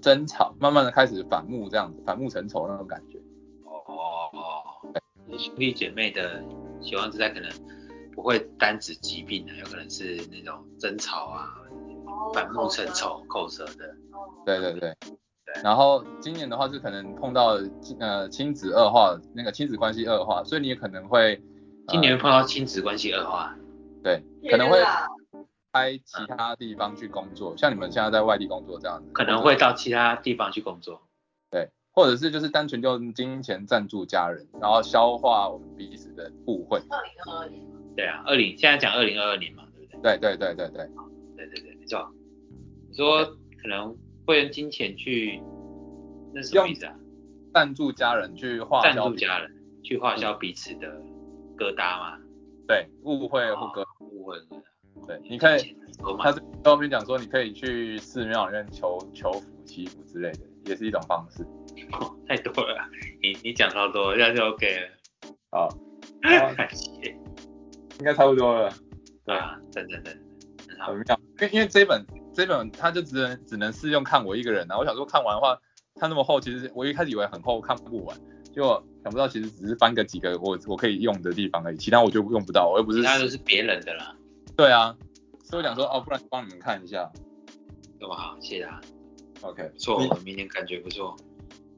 S2: 争吵，慢慢的开始反目这样子，反目成仇那种感觉。
S1: 哦哦哦，兄弟姐妹的血光之灾可能不会单指疾病啊，有可能是那种争吵啊，反目成仇、口舌的。
S3: 哦，
S2: 对对对。然后今年的话，是可能碰到亲呃亲子恶化，那个亲子关系恶化，所以你也可能会、呃
S1: 今年碰到亲子关系恶化，
S2: 对，可能会
S3: 天啊
S2: 开其他地方去工作，像你们现在在外地工作这样子，
S1: 可能会到其他地方去工作。
S2: 对，或者是就是单纯就金钱赞助家人，然后消化我们彼此的误会。
S3: 二零二二年，
S1: 对啊，二零现在讲二零二二年嘛，对不对？
S2: 对对对对对，
S1: 对对对，没错。你说可能会用金钱去，那是什么意思啊？
S2: 赞助家人去化
S1: 赞
S2: 消嗯
S1: 助家人去化消彼此的疙瘩吗？
S2: 对误会或隔
S1: 误会了。
S2: 对，你可以，
S1: 以，我
S2: 他
S1: 买
S2: 这后面讲说你可以去寺庙里面求求福祈福之类的，也是一种方 式。
S1: 太多了，你你讲超多，这样就 OK 了。
S2: 好，好
S1: 感谢，
S2: 应该差不多了，
S1: 对啊，真的真的很好
S2: 怎。么样？因为因为这本这本它就只能只能适用看我一个人啊。我想说看完的话，它那么厚，其实我一开始以为很厚看不完，结果想不到其实只是翻个几个我我可以用的地方而已，其他我就用不到，我又不
S1: 其
S2: 是
S1: 他都是别人的啦，
S2: 对啊，所以我想说哦，不然帮你们看一下
S1: 那么好，谢谢啊，
S2: ，OK，
S1: 不错，
S2: 你
S1: 我明天感觉不错。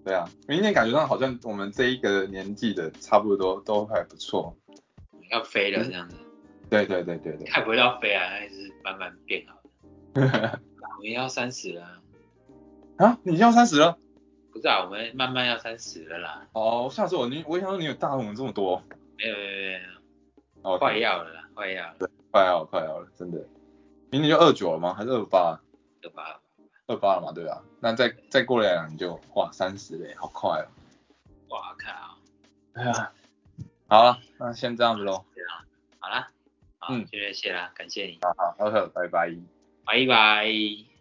S2: 对啊，明天感觉上好像我们这一个年纪的差不多都还不错。
S1: 要飞
S2: 嗯
S1: 了这样子，
S2: 对对对对对，
S1: 看不到飞啊，还是慢慢变好的。 我们要三十了啊，
S2: 啊，你要三十了？
S1: 不是啊，我们慢慢要三十了啦，
S2: 哦，下次我你我想说你有大我们这么多，
S1: 没有没有没有没
S2: 哦
S1: 有，，快要了啦，快要了，
S2: 快要快要了，真的，明年就二九了吗？还是二八？
S1: 对吧？
S2: 二八了嘛，对啊，那再再过两年就哇三十嘞，好快哦。
S1: 哇靠，
S2: 哎呀，好了，那先这样子喽，
S1: 好啦，好，
S2: 嗯
S1: 就这些啦，感谢你，
S2: 好，OK，拜拜。
S1: 拜拜。